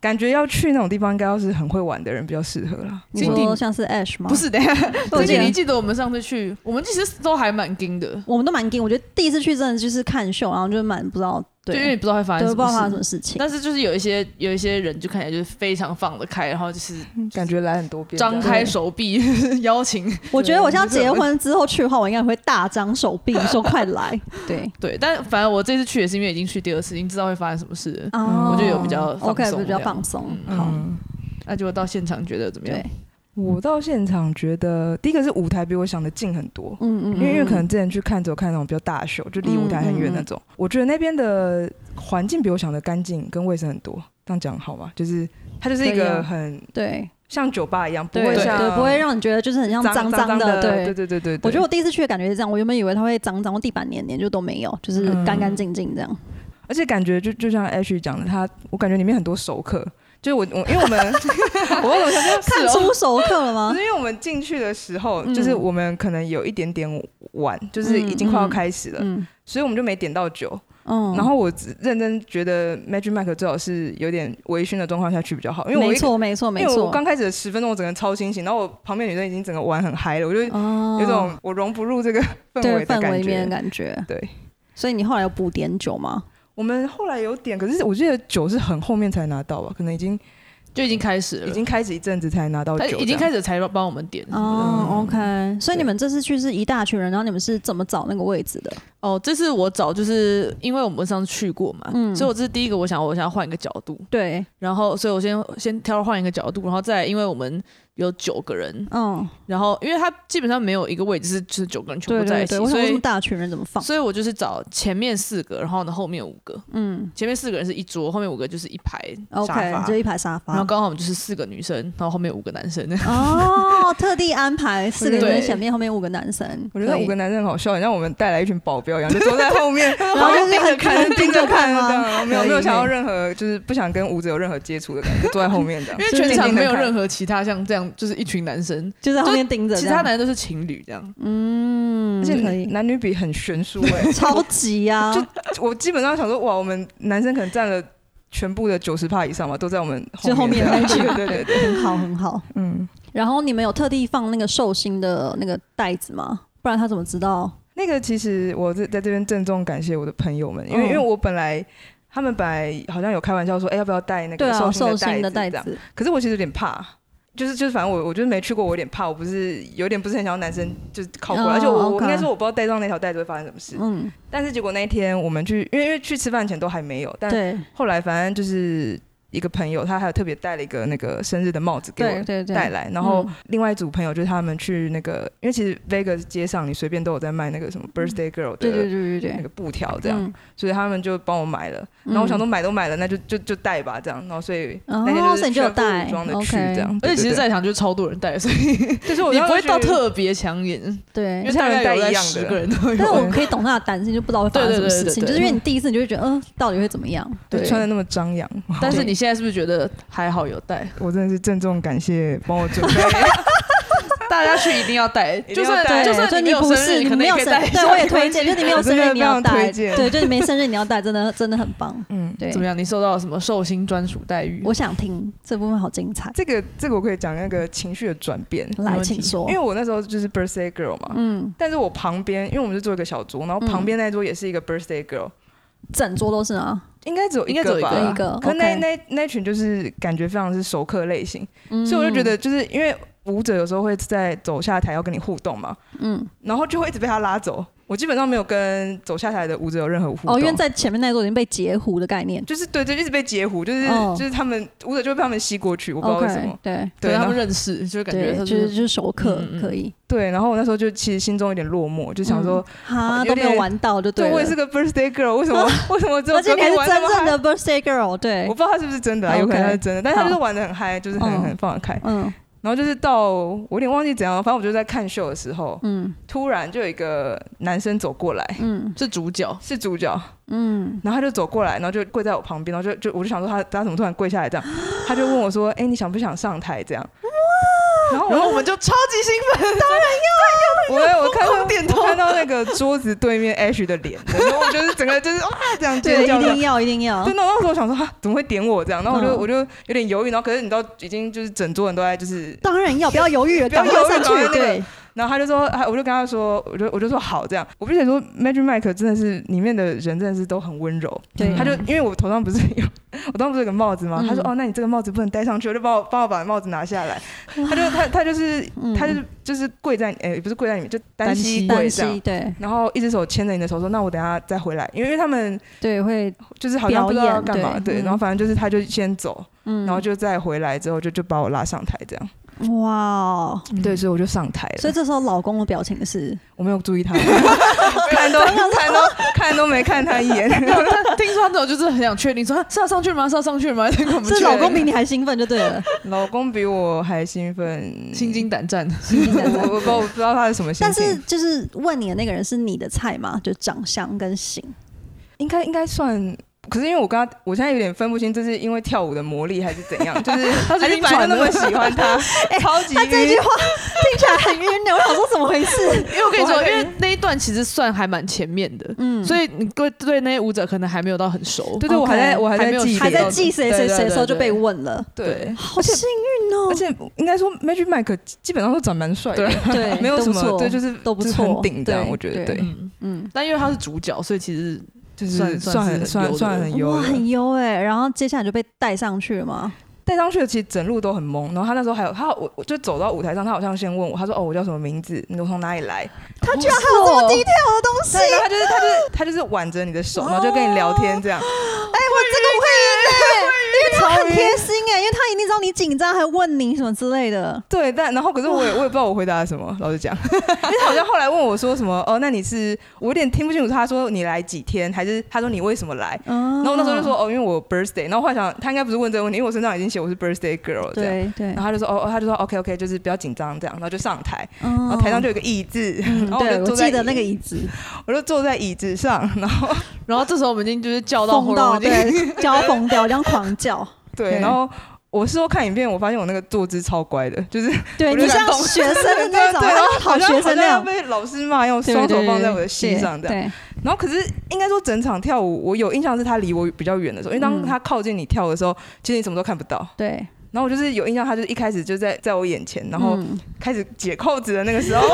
[SPEAKER 1] 感觉要去那种地方，应该要是很会玩的人比较适合啦。
[SPEAKER 3] 你
[SPEAKER 2] 经
[SPEAKER 3] 说
[SPEAKER 2] 典
[SPEAKER 3] 像是 Ash 吗？
[SPEAKER 2] 不，是，等一 下，
[SPEAKER 3] 我
[SPEAKER 2] 最
[SPEAKER 3] 记
[SPEAKER 2] 近你
[SPEAKER 3] 得
[SPEAKER 2] 记得我们上次去，我们其实都还蛮惊的，
[SPEAKER 3] 我们都蛮惊，我觉得第一次去真的就是看秀，然后就蛮不知道，
[SPEAKER 2] 就因为
[SPEAKER 3] 对，
[SPEAKER 2] 你不知道会发
[SPEAKER 3] 对，
[SPEAKER 2] 生
[SPEAKER 3] 不
[SPEAKER 2] 什
[SPEAKER 3] 知道发生
[SPEAKER 2] 么事
[SPEAKER 3] 什。么事情。
[SPEAKER 2] 但是就是有一些有一些人就看起来就是非常放得开，然后就是
[SPEAKER 1] 感觉来很多遍，
[SPEAKER 2] 张开手臂 邀请，
[SPEAKER 3] 我觉得我像
[SPEAKER 1] 对
[SPEAKER 3] 结婚之后去的话，我应该会大张手臂说快 来，对，
[SPEAKER 2] 对。但反正我这次去也是因为已经去第二次，已经知道会发生什么事了，
[SPEAKER 3] 哦
[SPEAKER 1] 我觉得
[SPEAKER 2] 有比较放松
[SPEAKER 3] OK，比较
[SPEAKER 2] 这样
[SPEAKER 3] 放松，
[SPEAKER 1] 嗯。
[SPEAKER 3] 好，
[SPEAKER 2] 那结果到现场觉得怎么样
[SPEAKER 3] 对？，嗯
[SPEAKER 1] 我到现场觉得，第一个是舞台比我想的近很多，
[SPEAKER 3] 嗯嗯，
[SPEAKER 1] 因为因为
[SPEAKER 3] 嗯
[SPEAKER 1] 可能之前去看只有看那种比较大的秀，就离舞台很远那种。我觉得那边的环境比我想的干净跟卫生很多，这样讲好吗？就是它就是一
[SPEAKER 3] 可以啊
[SPEAKER 1] 个很
[SPEAKER 3] 对
[SPEAKER 1] 像酒吧一样，不
[SPEAKER 3] 对
[SPEAKER 1] 会
[SPEAKER 3] 对
[SPEAKER 1] 像
[SPEAKER 3] 对，不会让你觉得就是很像
[SPEAKER 1] 脏
[SPEAKER 3] 脏
[SPEAKER 1] 的，
[SPEAKER 3] 对。
[SPEAKER 1] 对对对对。
[SPEAKER 3] 我觉得我第一次去的感觉是这样，我原本以为它会脏脏，地板黏黏，就都没有，就是
[SPEAKER 1] 嗯
[SPEAKER 3] 干干净净这 样。
[SPEAKER 1] 而且感觉就就像 H 讲的，他我感觉里面很多熟客，就是我我因为我 们我为什么想说
[SPEAKER 2] 哦
[SPEAKER 3] 看出熟客了吗
[SPEAKER 1] 不？是因为我们进去的时候，
[SPEAKER 3] 嗯
[SPEAKER 1] 就是我们可能有一点点晚，就是已经快要开始了，
[SPEAKER 3] 嗯
[SPEAKER 1] 所以我们就没点到酒。
[SPEAKER 3] 嗯，
[SPEAKER 1] 然后我只认真觉得 Magic Mike 最好是有点微醺的状况下去比较好，因为我
[SPEAKER 3] 没
[SPEAKER 1] 一
[SPEAKER 3] 错没错
[SPEAKER 1] 因
[SPEAKER 3] 没
[SPEAKER 1] 为
[SPEAKER 3] 错
[SPEAKER 1] 我，刚开始的十分钟我整个人超清醒，然后我旁边女生已经整个玩很嗨了，我就有
[SPEAKER 3] 哦
[SPEAKER 1] 种我融不入这个氛围
[SPEAKER 3] 对
[SPEAKER 1] 的
[SPEAKER 3] 氛
[SPEAKER 1] 感
[SPEAKER 3] 围里
[SPEAKER 1] 觉
[SPEAKER 3] 面的。感觉。
[SPEAKER 1] 对，
[SPEAKER 3] 所以你后来有补点酒吗？
[SPEAKER 1] 我们后来有点，可是我记得酒是很后面才拿到吧，可能已经
[SPEAKER 2] 就已经开始了，
[SPEAKER 1] 已经开始一阵子才拿到
[SPEAKER 2] 他
[SPEAKER 1] 酒，
[SPEAKER 2] 已经开始才帮我们点什么的
[SPEAKER 3] 哦，OK。所
[SPEAKER 1] 对
[SPEAKER 3] 以
[SPEAKER 2] 嗯
[SPEAKER 3] 你们这次去是一大群人，然后你们是怎么找那个位置的？
[SPEAKER 2] 哦，这次我找就是因为我们上次去过嘛，
[SPEAKER 3] 嗯
[SPEAKER 2] 所以我这是第一个，我想我想要换一个角度，
[SPEAKER 3] 对，
[SPEAKER 2] 然后所以我先先挑换一个角度，然后再来因为我们有九个人，
[SPEAKER 3] 嗯，
[SPEAKER 2] 然后因为他基本上没有一个位置是就是九个人全
[SPEAKER 3] 对
[SPEAKER 2] 部在
[SPEAKER 3] 对
[SPEAKER 2] 一起，
[SPEAKER 3] 对，我想
[SPEAKER 2] 所
[SPEAKER 3] 说这么
[SPEAKER 2] 以
[SPEAKER 3] 大群人怎么放？
[SPEAKER 2] 所以我就是找前面四个，然后呢后面五个，
[SPEAKER 3] 嗯
[SPEAKER 2] 前面四个人是一桌，后面五个就是一排沙发
[SPEAKER 3] ，OK，就一啊排沙
[SPEAKER 1] 啊
[SPEAKER 2] 然后
[SPEAKER 3] 发。
[SPEAKER 2] 刚好我们就是四个女生，然后后面五个男生，
[SPEAKER 3] 哦，特地安排四个
[SPEAKER 1] 对
[SPEAKER 3] 人前面，后面五个男生。
[SPEAKER 1] 我觉得
[SPEAKER 3] 可以
[SPEAKER 1] 五个，男生很好笑，你让我们带来一群保镖一样，就坐在后 面，
[SPEAKER 3] 然后就是
[SPEAKER 1] 盯着
[SPEAKER 3] 很可能
[SPEAKER 1] 看，
[SPEAKER 3] 盯
[SPEAKER 1] 盯
[SPEAKER 3] 着
[SPEAKER 1] 着
[SPEAKER 3] 看
[SPEAKER 1] 看 这
[SPEAKER 3] 吗？
[SPEAKER 1] 样，没有
[SPEAKER 3] 可以
[SPEAKER 1] 没有想
[SPEAKER 3] 可
[SPEAKER 1] 要
[SPEAKER 3] 以
[SPEAKER 1] 任何就是不想跟舞者有任何接触的感觉，坐在后面这样
[SPEAKER 2] 因。为
[SPEAKER 3] 就是
[SPEAKER 2] 全场
[SPEAKER 1] 盯着
[SPEAKER 2] 没有
[SPEAKER 1] 看
[SPEAKER 2] 任何其他像这样就是一群男生，
[SPEAKER 3] 就在后面盯着这
[SPEAKER 2] 其
[SPEAKER 3] 样，
[SPEAKER 2] 他男生都是情侣这样，
[SPEAKER 3] 嗯，
[SPEAKER 1] 而且
[SPEAKER 3] 可以，
[SPEAKER 1] 男女比很悬殊 哎、
[SPEAKER 3] 超级啊 呀，
[SPEAKER 1] 我基本上想说，哇，我们男生可能占了全部的九十趴以上嘛，都在我们
[SPEAKER 3] 就后面
[SPEAKER 1] 这
[SPEAKER 3] 那一
[SPEAKER 1] 样
[SPEAKER 3] 群，
[SPEAKER 1] 对对对，
[SPEAKER 3] 很好很好。
[SPEAKER 1] 嗯。
[SPEAKER 3] 然后你们有特地放那个寿星的那个袋子吗？不然他怎么知道？
[SPEAKER 1] 那个其实我在在这边郑重感谢我的朋友们，因为、
[SPEAKER 3] 嗯
[SPEAKER 1] 因为我本来他们本来好像有开玩笑说，哎、要不要带那
[SPEAKER 3] 对
[SPEAKER 1] 个
[SPEAKER 3] 啊，
[SPEAKER 1] 寿
[SPEAKER 3] 寿
[SPEAKER 1] 星
[SPEAKER 3] 星的
[SPEAKER 1] 的
[SPEAKER 3] 袋
[SPEAKER 1] 袋子这样？
[SPEAKER 3] 子，
[SPEAKER 1] 可是我其实有点怕，就是就是反正我我就是没去过，我有点怕，我不是有点不是很想要男生就是靠过来，
[SPEAKER 3] 哦
[SPEAKER 1] 而且我我
[SPEAKER 3] OK
[SPEAKER 1] 应该说我不知道带上那条带子会发生什么事。
[SPEAKER 3] 嗯，
[SPEAKER 1] 但是结果那一天我们去，因为因为去吃饭前都还没有，但
[SPEAKER 3] 对，
[SPEAKER 1] 后来反正就是一个朋友，他还有特别带了一个那个生日的帽子给我
[SPEAKER 3] 对对嗯对，
[SPEAKER 1] 带来，然后另外一组朋友就是他们去那个，因为其实 Vegas 街上你随便都有在卖那个什么 Birthday Girl
[SPEAKER 3] 嗯对对
[SPEAKER 1] 的
[SPEAKER 3] 对对
[SPEAKER 1] 那
[SPEAKER 3] 对，
[SPEAKER 1] 个布条这样，
[SPEAKER 3] 嗯
[SPEAKER 1] 所以他们就帮我买了。然后我想说买都买了，那就就就带吧这样。然后所以
[SPEAKER 3] 哦
[SPEAKER 1] 那天就
[SPEAKER 3] 所以
[SPEAKER 1] 是
[SPEAKER 3] 你就有
[SPEAKER 1] 全副
[SPEAKER 3] 带
[SPEAKER 1] 武装的去
[SPEAKER 3] ，OK
[SPEAKER 1] 这样。
[SPEAKER 2] 而且其实，
[SPEAKER 1] 对
[SPEAKER 2] 在场就是超多人带，所以
[SPEAKER 1] 对对就是我
[SPEAKER 2] 你
[SPEAKER 1] 要
[SPEAKER 2] 不会
[SPEAKER 1] 去
[SPEAKER 2] 到特别抢眼，
[SPEAKER 3] 对
[SPEAKER 2] 因为大概有在十个人都
[SPEAKER 3] 但是
[SPEAKER 2] 有。
[SPEAKER 3] 我可以懂他的担心，就不知道会发生什么
[SPEAKER 2] 对对对
[SPEAKER 3] 事情，
[SPEAKER 2] 对对
[SPEAKER 3] 就是因为你第一次你就会觉得，嗯、到底会怎么样？
[SPEAKER 1] 就
[SPEAKER 3] 对，
[SPEAKER 1] 穿的那么张扬，
[SPEAKER 2] 但是你现在是不是觉得还好有 带？
[SPEAKER 1] 我真的是郑重感谢帮我准备。
[SPEAKER 2] 大家去一定要带，
[SPEAKER 1] 定
[SPEAKER 2] 就
[SPEAKER 1] 要
[SPEAKER 2] 算
[SPEAKER 1] 带
[SPEAKER 3] 对，
[SPEAKER 2] 就
[SPEAKER 3] 就
[SPEAKER 2] 算
[SPEAKER 3] 你
[SPEAKER 2] 没有
[SPEAKER 3] 不
[SPEAKER 2] 生日，
[SPEAKER 3] 是
[SPEAKER 2] 你可
[SPEAKER 3] 没
[SPEAKER 2] 能也
[SPEAKER 3] 有
[SPEAKER 2] 可以
[SPEAKER 3] 生
[SPEAKER 2] 带
[SPEAKER 3] 日，
[SPEAKER 2] 一下。
[SPEAKER 3] 对我也推荐，就是你没有生
[SPEAKER 1] 我真
[SPEAKER 3] 日
[SPEAKER 1] 的
[SPEAKER 3] 你要
[SPEAKER 1] 非常推
[SPEAKER 3] 带，
[SPEAKER 1] 荐
[SPEAKER 3] 对，就是你没生日你要带，真的真的很棒。
[SPEAKER 1] 嗯，
[SPEAKER 3] 对
[SPEAKER 2] 怎，么样？你受到了什么寿星专属待遇？
[SPEAKER 3] 我想听这部分好精彩，
[SPEAKER 1] 这个这个我可以讲那个情绪的转变，
[SPEAKER 2] 没
[SPEAKER 3] 来，
[SPEAKER 2] 问题
[SPEAKER 3] 请说
[SPEAKER 1] 因。为我那时候就是 birthday girl 嘛，
[SPEAKER 3] 嗯，
[SPEAKER 1] 但是我旁边因为我们是做一个小桌，然后旁边那一桌也是一个 birthday girl，
[SPEAKER 3] 整桌都是啊，
[SPEAKER 1] 应该只有一
[SPEAKER 2] 应该只有
[SPEAKER 1] 个
[SPEAKER 2] 一
[SPEAKER 1] 吧，
[SPEAKER 2] 个
[SPEAKER 3] 一个
[SPEAKER 1] 可那
[SPEAKER 3] OK
[SPEAKER 1] 那那群就是感觉非常是熟客类型，
[SPEAKER 3] 嗯
[SPEAKER 1] 所以我就觉得，就是因为舞者有时候会在走下台要跟你互动嘛，
[SPEAKER 3] 嗯，
[SPEAKER 1] 然后就会一直被他拉走。我基本上没有跟走下台的舞者有任何互动，
[SPEAKER 3] 哦，因为在前面那一桌已经被截胡的概念
[SPEAKER 1] 就是对对，就一直被截胡，就是、
[SPEAKER 3] 哦
[SPEAKER 1] 就是他们舞者就会被他们吸过去，我不知道为什么。
[SPEAKER 3] ，OK，对
[SPEAKER 2] 可
[SPEAKER 1] 对，
[SPEAKER 2] 能他
[SPEAKER 1] 然后
[SPEAKER 2] 们认识，就感觉
[SPEAKER 3] 对，
[SPEAKER 2] 他
[SPEAKER 3] 就是就是熟客
[SPEAKER 2] 嗯嗯嗯
[SPEAKER 3] 可以，
[SPEAKER 1] 对，然后我那时候就其实心中有点落寞，就想说，
[SPEAKER 3] 哈
[SPEAKER 1] 有
[SPEAKER 3] 都没有
[SPEAKER 1] 点
[SPEAKER 3] 玩到就
[SPEAKER 1] 对
[SPEAKER 3] 了
[SPEAKER 1] 我也是，个 birthday girl，为什 么、为什么只有
[SPEAKER 3] 而且
[SPEAKER 1] 隔
[SPEAKER 3] 你还
[SPEAKER 1] 壁
[SPEAKER 3] 是
[SPEAKER 1] 玩那么
[SPEAKER 3] 真正
[SPEAKER 1] 嗨？
[SPEAKER 3] 的 birthday girl，对
[SPEAKER 1] 我不，知道他是不是真的、啊，有可能他是真的，但是他就是玩的很嗨，就是很
[SPEAKER 3] 嗯
[SPEAKER 1] 很放得开。
[SPEAKER 3] 嗯
[SPEAKER 1] 然后就是到我有点忘记怎样，反正我就在看秀的时候，
[SPEAKER 3] 嗯
[SPEAKER 1] 突然就有一个男生走过来，
[SPEAKER 3] 嗯
[SPEAKER 2] 是主角，
[SPEAKER 1] 是主角，
[SPEAKER 3] 嗯，
[SPEAKER 1] 然后他就走过来，然后就跪在我旁边，然后就就我就想说他他怎么突然跪下来这样，他就问我说，哎、你想不想上台这样？然后
[SPEAKER 2] 然
[SPEAKER 1] 我
[SPEAKER 2] 后我们就超级兴奋，
[SPEAKER 1] 我我看到
[SPEAKER 2] 狂点头
[SPEAKER 1] 我看到那个桌子对面 Ash 的脸，然后我就是整个就是哇这样
[SPEAKER 3] 对，
[SPEAKER 1] 尖叫
[SPEAKER 3] 一
[SPEAKER 1] 这样
[SPEAKER 3] 定。要一定要
[SPEAKER 1] 真，的，那时候我想说，啊怎么会点我这样？然后我就、
[SPEAKER 3] 嗯
[SPEAKER 1] 我就有点犹豫，然后可是你知道，已经就是整桌人都在就是
[SPEAKER 3] 当然要，不要犹豫了，
[SPEAKER 1] 不要
[SPEAKER 3] 赶快上
[SPEAKER 1] 犹豫
[SPEAKER 3] 去，
[SPEAKER 1] 赶快那个
[SPEAKER 3] 对，
[SPEAKER 1] 然后他就说，啊我就跟他说，我就我就说好这样。我必须得说，Magic Mike 真的是里面的人真的是都很温柔。
[SPEAKER 3] 对
[SPEAKER 1] 他就因为我头上不是有我头上不是有个帽子吗？
[SPEAKER 3] 嗯
[SPEAKER 1] 他说哦，那你这个帽子不能戴上去，我就帮我帮我把帽子拿下来。他就他他就是
[SPEAKER 3] 嗯
[SPEAKER 1] 他就是就是跪在呃也不是跪在里面，就单膝
[SPEAKER 2] 单
[SPEAKER 1] 跪
[SPEAKER 3] 单
[SPEAKER 1] 这样
[SPEAKER 3] 膝，。对
[SPEAKER 1] 然后一只手牵着你的手说，那我等一下再回来，因为因为他们
[SPEAKER 3] 对会，
[SPEAKER 1] 就是好像不知道要
[SPEAKER 3] 表
[SPEAKER 1] 干
[SPEAKER 3] 演
[SPEAKER 1] 嘛，
[SPEAKER 3] 对
[SPEAKER 1] 对。
[SPEAKER 3] 嗯
[SPEAKER 1] 然后反正就是他就先走，
[SPEAKER 3] 嗯
[SPEAKER 1] 然后就再回来之后就就把我拉上台这样。
[SPEAKER 3] 哇哦，
[SPEAKER 1] 对，嗯所以我就上台了。
[SPEAKER 3] 所以这时候老公的表情是
[SPEAKER 1] 我没有注意 他，看都看都看都没看他一 眼。
[SPEAKER 2] 听说他走就是很想确定，说啊是要上去吗？是要上去吗？ 结果我们
[SPEAKER 3] 这
[SPEAKER 2] 去
[SPEAKER 3] 老公比你还兴奋就对了，
[SPEAKER 1] 老公比我还兴 奋，
[SPEAKER 2] 心惊胆战，
[SPEAKER 1] 我我我不 知道我不知道他是什么心
[SPEAKER 3] 但
[SPEAKER 1] 情，
[SPEAKER 3] 是就是问你的那个人是你的菜吗？就长相跟型，
[SPEAKER 1] 应该应该算。可是因为我刚刚，我现在有点分不清，这是因为跳舞的魔力还是怎样，就是
[SPEAKER 2] 他是
[SPEAKER 1] 还是
[SPEAKER 2] 晕
[SPEAKER 1] 反正
[SPEAKER 2] 船
[SPEAKER 1] 那
[SPEAKER 2] 了
[SPEAKER 1] 么喜欢 他，超级
[SPEAKER 3] 他这
[SPEAKER 1] 晕
[SPEAKER 3] 句。话 听起来很晕的，我想说怎么回事？
[SPEAKER 2] 因为我跟你
[SPEAKER 1] 我
[SPEAKER 2] 说，
[SPEAKER 1] 还
[SPEAKER 2] 因
[SPEAKER 1] 在
[SPEAKER 2] 为那一段其实算还蛮前面的，
[SPEAKER 3] 嗯，
[SPEAKER 2] 所以你对对那些舞者可能还没有到很熟。
[SPEAKER 1] 对对，我还在
[SPEAKER 3] OK，
[SPEAKER 1] 我还
[SPEAKER 2] 还
[SPEAKER 1] 在
[SPEAKER 2] 没有
[SPEAKER 1] 记
[SPEAKER 3] 还
[SPEAKER 1] 得
[SPEAKER 3] 在记谁谁谁的时候
[SPEAKER 2] 对对对对
[SPEAKER 3] 就被问了，
[SPEAKER 1] 对，
[SPEAKER 3] 好幸运哦
[SPEAKER 1] 而。且应该说 Magic Mike 基本上都长蛮帅的，
[SPEAKER 3] 对，
[SPEAKER 1] 没有
[SPEAKER 3] 都
[SPEAKER 1] 什
[SPEAKER 3] 不
[SPEAKER 1] 么
[SPEAKER 3] 错
[SPEAKER 1] 对，就是
[SPEAKER 3] 都不
[SPEAKER 1] 就是
[SPEAKER 3] 错
[SPEAKER 1] 很顶这样，
[SPEAKER 3] 对
[SPEAKER 1] 我觉得
[SPEAKER 3] 对
[SPEAKER 1] 对，
[SPEAKER 2] 嗯，
[SPEAKER 3] 嗯，
[SPEAKER 2] 但因为他是主角，所以其实
[SPEAKER 1] 就是
[SPEAKER 2] 算
[SPEAKER 1] 算
[SPEAKER 2] 算是
[SPEAKER 1] 很算
[SPEAKER 2] 很优的
[SPEAKER 1] 算很优
[SPEAKER 3] 哇，
[SPEAKER 1] 的，
[SPEAKER 3] 很优哎。然后接下来就被带上去了嘛，
[SPEAKER 1] 带上去的其实整路都很懵，然后他那时候还有他我我就走到舞台上，他好像先问我，他说哦我叫什么名字，你从哪里来？
[SPEAKER 3] 他居然还有这么低调的东西，
[SPEAKER 1] 对，然后他就是他就是他就是挽着你的手，然后就跟你聊天这样。
[SPEAKER 3] 哎，我这个会晕哎，因为他很贴心哎，因为他一定知道你紧张，还问你什么之类的。
[SPEAKER 1] 对，但然后可是我也我也不知道我回答了什么，老实讲， 因为好像后来问我说什么哦，那你是我有点听不清楚，他说你来几天，还是他说你为什么来？
[SPEAKER 3] 嗯
[SPEAKER 1] 哦然后我那时候就说哦，因为我 birthday，然后后来想他应该不是问这个问题，因为我身上已经写我是 birthday girl 这样。
[SPEAKER 3] 对对
[SPEAKER 1] 然，后他就说哦，哦他就说 OK OK，就是不要紧张这样，然后就上台，
[SPEAKER 3] 然
[SPEAKER 1] 然后台上就有一个椅子， 然后我
[SPEAKER 3] 嗯对
[SPEAKER 1] 就
[SPEAKER 3] 我
[SPEAKER 1] 坐在
[SPEAKER 3] 记得
[SPEAKER 1] 椅
[SPEAKER 3] 那个椅子
[SPEAKER 1] 我就坐在椅子上，然后
[SPEAKER 2] 然后这时候我们已经就是叫到
[SPEAKER 3] 疯
[SPEAKER 2] 喉咙
[SPEAKER 3] 到
[SPEAKER 2] 已 经，
[SPEAKER 3] 对， 叫疯掉，这样狂叫。
[SPEAKER 1] 对，
[SPEAKER 3] 对
[SPEAKER 1] 然后我事后看影片，我发现我那个坐姿超乖的，就是
[SPEAKER 3] 对
[SPEAKER 1] 我
[SPEAKER 3] 你
[SPEAKER 1] 就
[SPEAKER 3] 像
[SPEAKER 1] 感动
[SPEAKER 3] 学生的 那
[SPEAKER 1] 对啊
[SPEAKER 3] 种，
[SPEAKER 1] 对，然后
[SPEAKER 3] 好
[SPEAKER 1] 像
[SPEAKER 3] 学生那
[SPEAKER 1] 好像
[SPEAKER 3] 样，
[SPEAKER 1] 被老师骂，用双手放在我的膝上这样。
[SPEAKER 3] 对，
[SPEAKER 1] 然后可是应该说整场跳舞，我有印象是他离我比较远的时候，因为当
[SPEAKER 3] 嗯
[SPEAKER 1] 他靠近你跳的时候，其实你什么都看不到。
[SPEAKER 3] 对，
[SPEAKER 1] 然后我就是有印象，他就是一开始就在在我眼前，然后
[SPEAKER 3] 嗯
[SPEAKER 1] 开始解扣子的那个时候。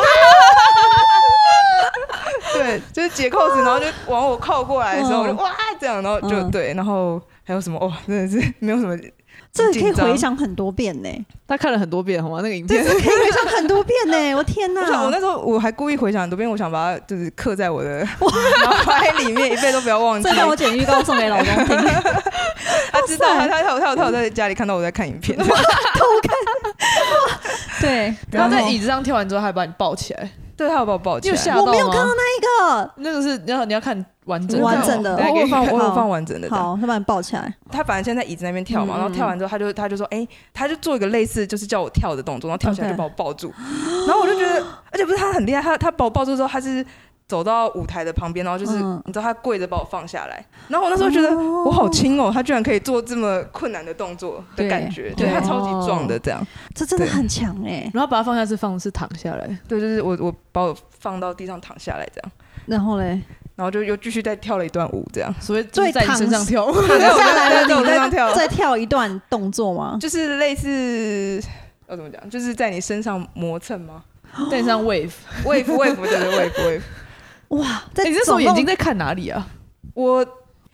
[SPEAKER 1] 对，就是解扣子，然后就往我靠过来的时候，
[SPEAKER 3] 嗯
[SPEAKER 1] 我就哇这样，然后就
[SPEAKER 3] 嗯
[SPEAKER 1] 对，然后还有什么哦，真的是没有什么
[SPEAKER 3] 这个可以
[SPEAKER 1] 紧张
[SPEAKER 3] 回想很多遍呢、
[SPEAKER 2] 他看了很多遍，好吗？那个影片，
[SPEAKER 3] 可以回想很多遍呢、我天
[SPEAKER 1] 我想，我
[SPEAKER 3] 哪！
[SPEAKER 1] 那时候我还故意回想很多遍，我想把它就是刻在我的脑海里面，一辈都不要忘记。
[SPEAKER 3] 这段我剪预告送给老公 听，
[SPEAKER 1] 他知道，他他他有他有他有在家里看到我在看影片，
[SPEAKER 3] 对，
[SPEAKER 2] 他
[SPEAKER 1] 然后
[SPEAKER 2] 在椅子上跳完之后，还把你抱起来，
[SPEAKER 1] 对他有把我抱起
[SPEAKER 2] 就吓
[SPEAKER 1] 来。
[SPEAKER 2] 到
[SPEAKER 3] 我
[SPEAKER 2] 吗？
[SPEAKER 3] 没有看到那一
[SPEAKER 2] 那个是你要你要看完整
[SPEAKER 3] 完整的
[SPEAKER 2] 等一下
[SPEAKER 1] 我
[SPEAKER 2] 给
[SPEAKER 1] 有
[SPEAKER 2] 你
[SPEAKER 1] 放我有
[SPEAKER 3] 好
[SPEAKER 1] 放完整的
[SPEAKER 3] 个，
[SPEAKER 1] 的。
[SPEAKER 3] 好，他把你抱起来，
[SPEAKER 1] 他反正先在椅子那边跳嘛，
[SPEAKER 2] 嗯
[SPEAKER 1] 然后跳完之后，他就他就说，哎、他就做一个类似就是叫我跳的动作，然后跳起来
[SPEAKER 3] OK
[SPEAKER 1] 就把我抱住，然后我就觉得，而且不是他很厉害，他他把我抱住之后，他是走到舞台的旁边，然后就是、
[SPEAKER 3] 嗯
[SPEAKER 1] 你知道他跪着把我放下来，然后我那时候觉得、我好轻哦，他居然可以做这么困难的动作的
[SPEAKER 4] 对
[SPEAKER 1] 感觉，
[SPEAKER 4] 对
[SPEAKER 1] 对他超级壮的这样，
[SPEAKER 3] 这真的
[SPEAKER 1] 对
[SPEAKER 3] 很强哎、
[SPEAKER 2] 然后把它放下是放是躺下来，
[SPEAKER 1] 对，就是我我把我放到地上躺下来这样，
[SPEAKER 3] 然后 嘞，
[SPEAKER 1] 然后就又继续再跳了一段舞这样，
[SPEAKER 2] 所以就
[SPEAKER 3] 最
[SPEAKER 2] 是在你
[SPEAKER 3] 躺
[SPEAKER 2] 身上跳。
[SPEAKER 3] 躺下来了，
[SPEAKER 1] 对对对
[SPEAKER 3] 你
[SPEAKER 1] 我在那
[SPEAKER 3] 再
[SPEAKER 1] 跳
[SPEAKER 3] 再跳一段动作吗？
[SPEAKER 1] 就是类似要怎么讲，就是在你身上磨蹭吗？
[SPEAKER 2] 在你身上 wave，
[SPEAKER 1] wave wave 对对 wave wave。
[SPEAKER 3] 哇，在
[SPEAKER 2] 欸你那时
[SPEAKER 3] 总
[SPEAKER 2] 候
[SPEAKER 3] 共
[SPEAKER 2] 眼睛在看哪里啊？
[SPEAKER 1] 我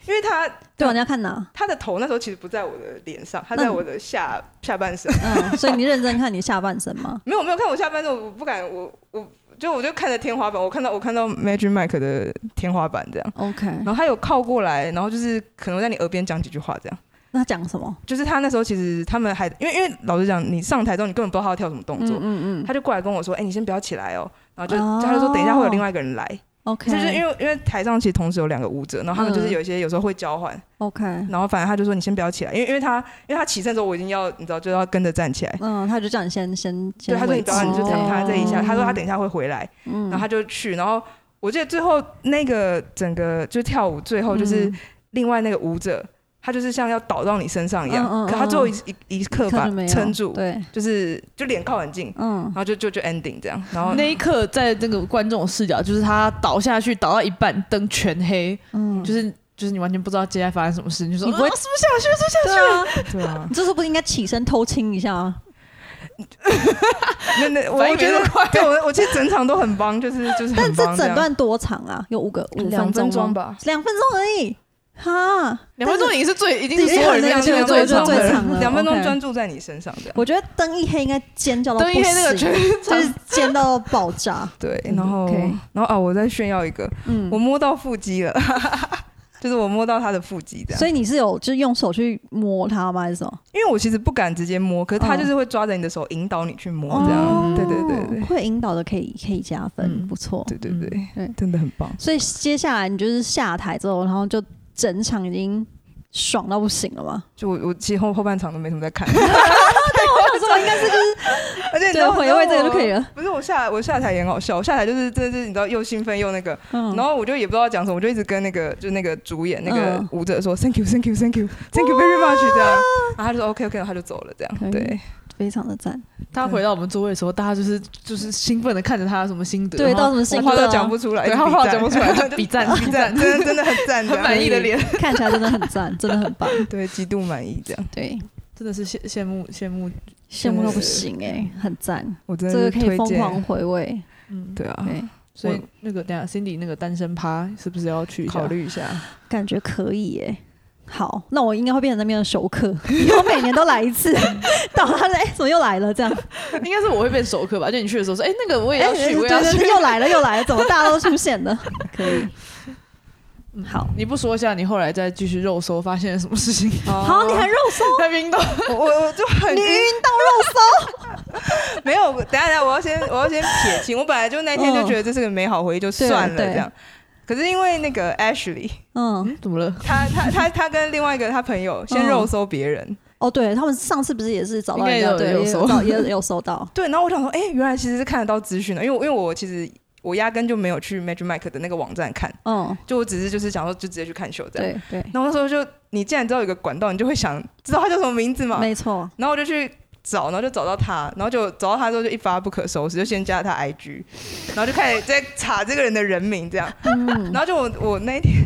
[SPEAKER 1] 因为他
[SPEAKER 3] 对啊，你要看哪？
[SPEAKER 1] 他的头那时候其实不在我的脸上，他
[SPEAKER 3] 那
[SPEAKER 1] 在
[SPEAKER 3] 你
[SPEAKER 1] 我的下下半身。
[SPEAKER 3] 嗯，所以你认真看你下半身吗？
[SPEAKER 1] 没有没有看我下半身，我不敢，我我就我就看着天花板，我看到我看到 Magic Mike 的天花板这样。
[SPEAKER 3] OK，
[SPEAKER 1] 然后他有靠过来，然后就是可能在你耳边讲几句话这样。
[SPEAKER 3] 那讲什么？
[SPEAKER 1] 就是他那时候其实他们还因为因为老实讲，你上台之后你根本不知道他要跳什么动作，
[SPEAKER 3] 嗯
[SPEAKER 1] 他就过来跟我说：“哎、你先不要起来哦。”然后就、
[SPEAKER 3] 哦
[SPEAKER 1] 他就说：“等一下会有另外一个人来。
[SPEAKER 3] ，OK，嗯
[SPEAKER 1] 就是因为因为台上其实同时有两个舞者，然后他们就是有一些有时候会交换，
[SPEAKER 3] OK，
[SPEAKER 1] 然后反正他就说你先不要起来，因为因为他因为他起身的时候我已经要你知道就要跟着站起来，
[SPEAKER 3] 嗯，他就叫你先先
[SPEAKER 1] 对，
[SPEAKER 3] 先
[SPEAKER 1] 他说你
[SPEAKER 3] 位
[SPEAKER 1] 不
[SPEAKER 3] 置
[SPEAKER 1] 要，你就
[SPEAKER 4] 这样
[SPEAKER 1] 躺
[SPEAKER 4] 看
[SPEAKER 1] 在这一下，
[SPEAKER 3] 哦
[SPEAKER 1] 他说他等一下会回来，
[SPEAKER 3] 嗯
[SPEAKER 1] 然后他就去，然后我记得最后那个整个就跳舞最后就是
[SPEAKER 3] 嗯
[SPEAKER 1] 另外那个舞者，他就是像要倒到你身上一
[SPEAKER 3] 嗯
[SPEAKER 1] 样，
[SPEAKER 3] 嗯
[SPEAKER 1] 可他最后一一一刻
[SPEAKER 3] 哦看
[SPEAKER 1] 把
[SPEAKER 3] 着没有
[SPEAKER 1] 撑住，
[SPEAKER 3] 对，
[SPEAKER 1] 就是就脸靠很近，
[SPEAKER 3] 嗯
[SPEAKER 1] 然，后就就就 ending 这样，然后
[SPEAKER 2] 那一刻，在那个观众视角，就是他倒下去，倒到一半，灯全黑，
[SPEAKER 3] 嗯
[SPEAKER 2] 就是就是你完全不知道接下来发生什么事，你就说
[SPEAKER 3] 你不会
[SPEAKER 2] 啊是不是下去？是不是下去？
[SPEAKER 1] 对
[SPEAKER 3] 对啊，
[SPEAKER 1] 啊，
[SPEAKER 3] 你这时候不是应该起身偷亲一下啊吗？
[SPEAKER 1] 那那我
[SPEAKER 2] 反应
[SPEAKER 1] 我觉
[SPEAKER 2] 没那
[SPEAKER 1] 得
[SPEAKER 2] 么 快
[SPEAKER 1] 对我我其实整场都很棒，就是就是
[SPEAKER 3] 但
[SPEAKER 1] 很
[SPEAKER 3] 这
[SPEAKER 1] 棒
[SPEAKER 3] 整
[SPEAKER 1] 样
[SPEAKER 3] 段多长啊？有五个五
[SPEAKER 1] 两分
[SPEAKER 3] 钟
[SPEAKER 1] 钟
[SPEAKER 3] 吗，
[SPEAKER 1] 吧，
[SPEAKER 3] 两分钟而已，哈，
[SPEAKER 2] 两
[SPEAKER 3] 但
[SPEAKER 2] 分钟
[SPEAKER 3] 是。
[SPEAKER 2] 你是最一定
[SPEAKER 3] 已
[SPEAKER 2] 是
[SPEAKER 3] 经
[SPEAKER 2] 所有
[SPEAKER 3] 很
[SPEAKER 2] 人
[SPEAKER 3] 亮
[SPEAKER 2] 亮
[SPEAKER 3] 相
[SPEAKER 2] 相
[SPEAKER 3] 对
[SPEAKER 2] 最
[SPEAKER 3] 就
[SPEAKER 2] 长
[SPEAKER 3] 最
[SPEAKER 2] 的。
[SPEAKER 3] 长了
[SPEAKER 1] 两分钟
[SPEAKER 3] OK
[SPEAKER 1] 专注在你身上的。
[SPEAKER 3] 我觉得灯一黑应该尖叫到
[SPEAKER 2] 灯一黑那个
[SPEAKER 3] 不行
[SPEAKER 2] 全
[SPEAKER 3] 就是尖到爆炸。
[SPEAKER 1] 对
[SPEAKER 3] 嗯，
[SPEAKER 1] 然后
[SPEAKER 3] OK
[SPEAKER 1] 然后啊，我再炫耀一个，
[SPEAKER 3] 嗯
[SPEAKER 1] 我，摸到腹肌了， 就是我摸到他的腹肌这样。
[SPEAKER 3] 所以你是有就是用手去摸它吗？还是什么？
[SPEAKER 1] 因为我其实不敢直接摸，可是他
[SPEAKER 3] 嗯哦
[SPEAKER 1] 就是会抓着你的手引导你去摸这样。对对对对
[SPEAKER 3] 会引导的可以可以加分，
[SPEAKER 2] 嗯
[SPEAKER 3] 不错。
[SPEAKER 1] 对对对
[SPEAKER 3] 对
[SPEAKER 1] 对，真的很棒。
[SPEAKER 3] 所以接下来你就是下台之后，然后就整场已经爽到不行了嘛。
[SPEAKER 1] 就我我其实后后半场都没什么在看，
[SPEAKER 3] 我想说应该是就是
[SPEAKER 1] 而且你知
[SPEAKER 3] 对
[SPEAKER 1] 道
[SPEAKER 3] 回味这个就可以。
[SPEAKER 1] 你知道我
[SPEAKER 3] 了。
[SPEAKER 1] 不是我下来我下台也很好笑，我下台就是真的是你知道又兴奋又那个，
[SPEAKER 3] 嗯
[SPEAKER 1] 然后我就也不知道讲什么，我就一直跟那个就是那个主演那个
[SPEAKER 3] 嗯
[SPEAKER 1] 舞者说 thank you thank you thank you thank you very much 这样，然后他就说 OK OK，然后他就走了这
[SPEAKER 3] 可以
[SPEAKER 1] 样。对，
[SPEAKER 3] 非常的赞。
[SPEAKER 2] 他回到我们座位的时候，大家就是就是兴奋的看着他有什么心得，
[SPEAKER 3] 对，
[SPEAKER 2] 然后
[SPEAKER 3] 到什么心
[SPEAKER 1] 我
[SPEAKER 3] 得啊
[SPEAKER 1] 话都讲不出来，
[SPEAKER 2] 对
[SPEAKER 1] 就
[SPEAKER 2] 他
[SPEAKER 1] 比
[SPEAKER 2] 话
[SPEAKER 1] 赞
[SPEAKER 2] 讲不出来，就比赞
[SPEAKER 1] 比赞，真的真的很赞，
[SPEAKER 2] 很满意的脸，
[SPEAKER 3] 看起来真的很赞，真的很棒。
[SPEAKER 1] 对，极度满意这样。
[SPEAKER 3] 对，
[SPEAKER 2] 真的是羡羡慕羡慕，
[SPEAKER 3] 羡慕到不行哎、很赞，
[SPEAKER 1] 我真
[SPEAKER 3] 这
[SPEAKER 1] 的
[SPEAKER 3] 个
[SPEAKER 1] 是
[SPEAKER 3] 可以
[SPEAKER 1] 推
[SPEAKER 3] 疯狂
[SPEAKER 1] 荐，
[SPEAKER 3] 回味。
[SPEAKER 2] 嗯，
[SPEAKER 1] 对啊，
[SPEAKER 3] 对，
[SPEAKER 2] 所以那个等一下 Cindy 那个单身趴是不是要去一下
[SPEAKER 1] 考？ 虑一下。
[SPEAKER 3] 感觉可以耶、好，那我应该会变成那边的熟客， 以后每年都来一次。 到他说：“哎、怎么又来了？”这样，
[SPEAKER 2] 应该是我会变熟客吧？就你去的时候说，哎，那个我也要
[SPEAKER 3] 哎
[SPEAKER 2] 去，我
[SPEAKER 3] 对
[SPEAKER 2] 也要
[SPEAKER 3] 对
[SPEAKER 2] 去
[SPEAKER 3] 对，。又来了，又来了，怎么大家都出现了？可以，嗯好，
[SPEAKER 2] 你不说一下，你后来再继续肉搜，发现了什么事情？
[SPEAKER 3] 好，你还肉搜，
[SPEAKER 2] 在冰岛，
[SPEAKER 1] 哦我我我就很
[SPEAKER 3] 你晕到肉搜，
[SPEAKER 1] 没有，等一下等一下，我要先我要先撇清，我本来就那天就觉得这是个美好回忆，就算了
[SPEAKER 3] 嗯对对
[SPEAKER 1] 这样。可是因为那个 Ashley，
[SPEAKER 3] 嗯，
[SPEAKER 2] 怎么了？
[SPEAKER 1] 他他他他跟另外一个他朋友先
[SPEAKER 3] 嗯
[SPEAKER 1] 肉搜别人，
[SPEAKER 3] 哦，对他们上次不是也是找到人
[SPEAKER 2] 应
[SPEAKER 3] 家，
[SPEAKER 2] 该
[SPEAKER 3] 对，
[SPEAKER 2] 也有
[SPEAKER 3] 也
[SPEAKER 2] 有
[SPEAKER 3] 有
[SPEAKER 2] 搜
[SPEAKER 3] 找，也有也有搜到，
[SPEAKER 1] 对，然后我想说，哎、原来其实是看得到资讯的，因为我因为我其实我压根就没有去 Magic Mike 的那个网站看，
[SPEAKER 3] 嗯，
[SPEAKER 1] 就我只是就是想说就直接去看秀这样。
[SPEAKER 3] 对对，
[SPEAKER 1] 然后那时候就你既然知道有个管道，你就会想知道他叫什么名字嘛。
[SPEAKER 3] 没错，
[SPEAKER 1] 然后我就去找，然后就找到他，然后就找到他之后就一发不可收拾，就先加了他 IG，然后就开始在查这个人的人名这样。
[SPEAKER 3] 嗯，
[SPEAKER 1] 然后就我我那一天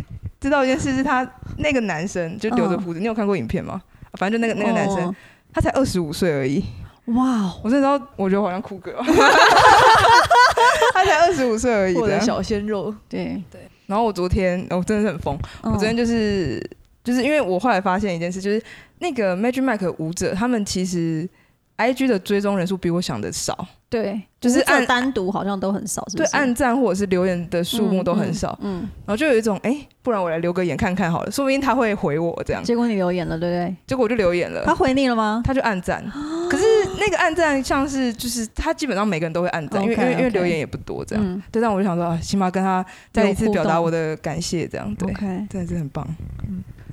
[SPEAKER 1] 知道一件事是他那个男生就
[SPEAKER 3] 嗯
[SPEAKER 1] 留着胡子，你有看过影片吗？反正就那个那个男生，他才二十五岁而已。
[SPEAKER 3] 哦，哇哦，
[SPEAKER 1] 我真的知道，我觉得我好像酷哥 哦，他才二十五岁而已。啊
[SPEAKER 2] 我
[SPEAKER 1] 这
[SPEAKER 2] 的
[SPEAKER 1] 样
[SPEAKER 2] 小鲜肉，
[SPEAKER 3] 对，
[SPEAKER 1] 哦
[SPEAKER 3] 嗯
[SPEAKER 1] 然后我昨天，我真的是很疯，
[SPEAKER 3] 我
[SPEAKER 1] 我昨天就是就是因为我后来发现一件事，就是那个 Magic Mike 舞者，他们其实 IG 的追踪人数比我想的少，
[SPEAKER 3] 对，
[SPEAKER 1] 就是
[SPEAKER 3] 只有
[SPEAKER 1] 按
[SPEAKER 3] 单独好像都很少，是不
[SPEAKER 1] 对
[SPEAKER 3] 是？
[SPEAKER 1] 按赞或者是留言的数目都很少，
[SPEAKER 3] 嗯，
[SPEAKER 1] 然后就有一种哎、诶不然我来留个言看看好了，说不定他会回我这样
[SPEAKER 3] 嗯。结果你留言了，对不对？
[SPEAKER 1] 结果我就留言了，
[SPEAKER 3] 他回你了吗？
[SPEAKER 1] 他就按赞，可是那个按赞像是就是他基本上每个人都会按赞，因为因为
[SPEAKER 3] OK，OK
[SPEAKER 1] 因为留言也不多这样。
[SPEAKER 3] 嗯
[SPEAKER 1] 对，但我就想说啊，起码跟他再一次
[SPEAKER 3] 有互
[SPEAKER 1] 表
[SPEAKER 3] 动
[SPEAKER 1] 达我的感谢，这样对，
[SPEAKER 3] ，OK。
[SPEAKER 1] 真的是很棒，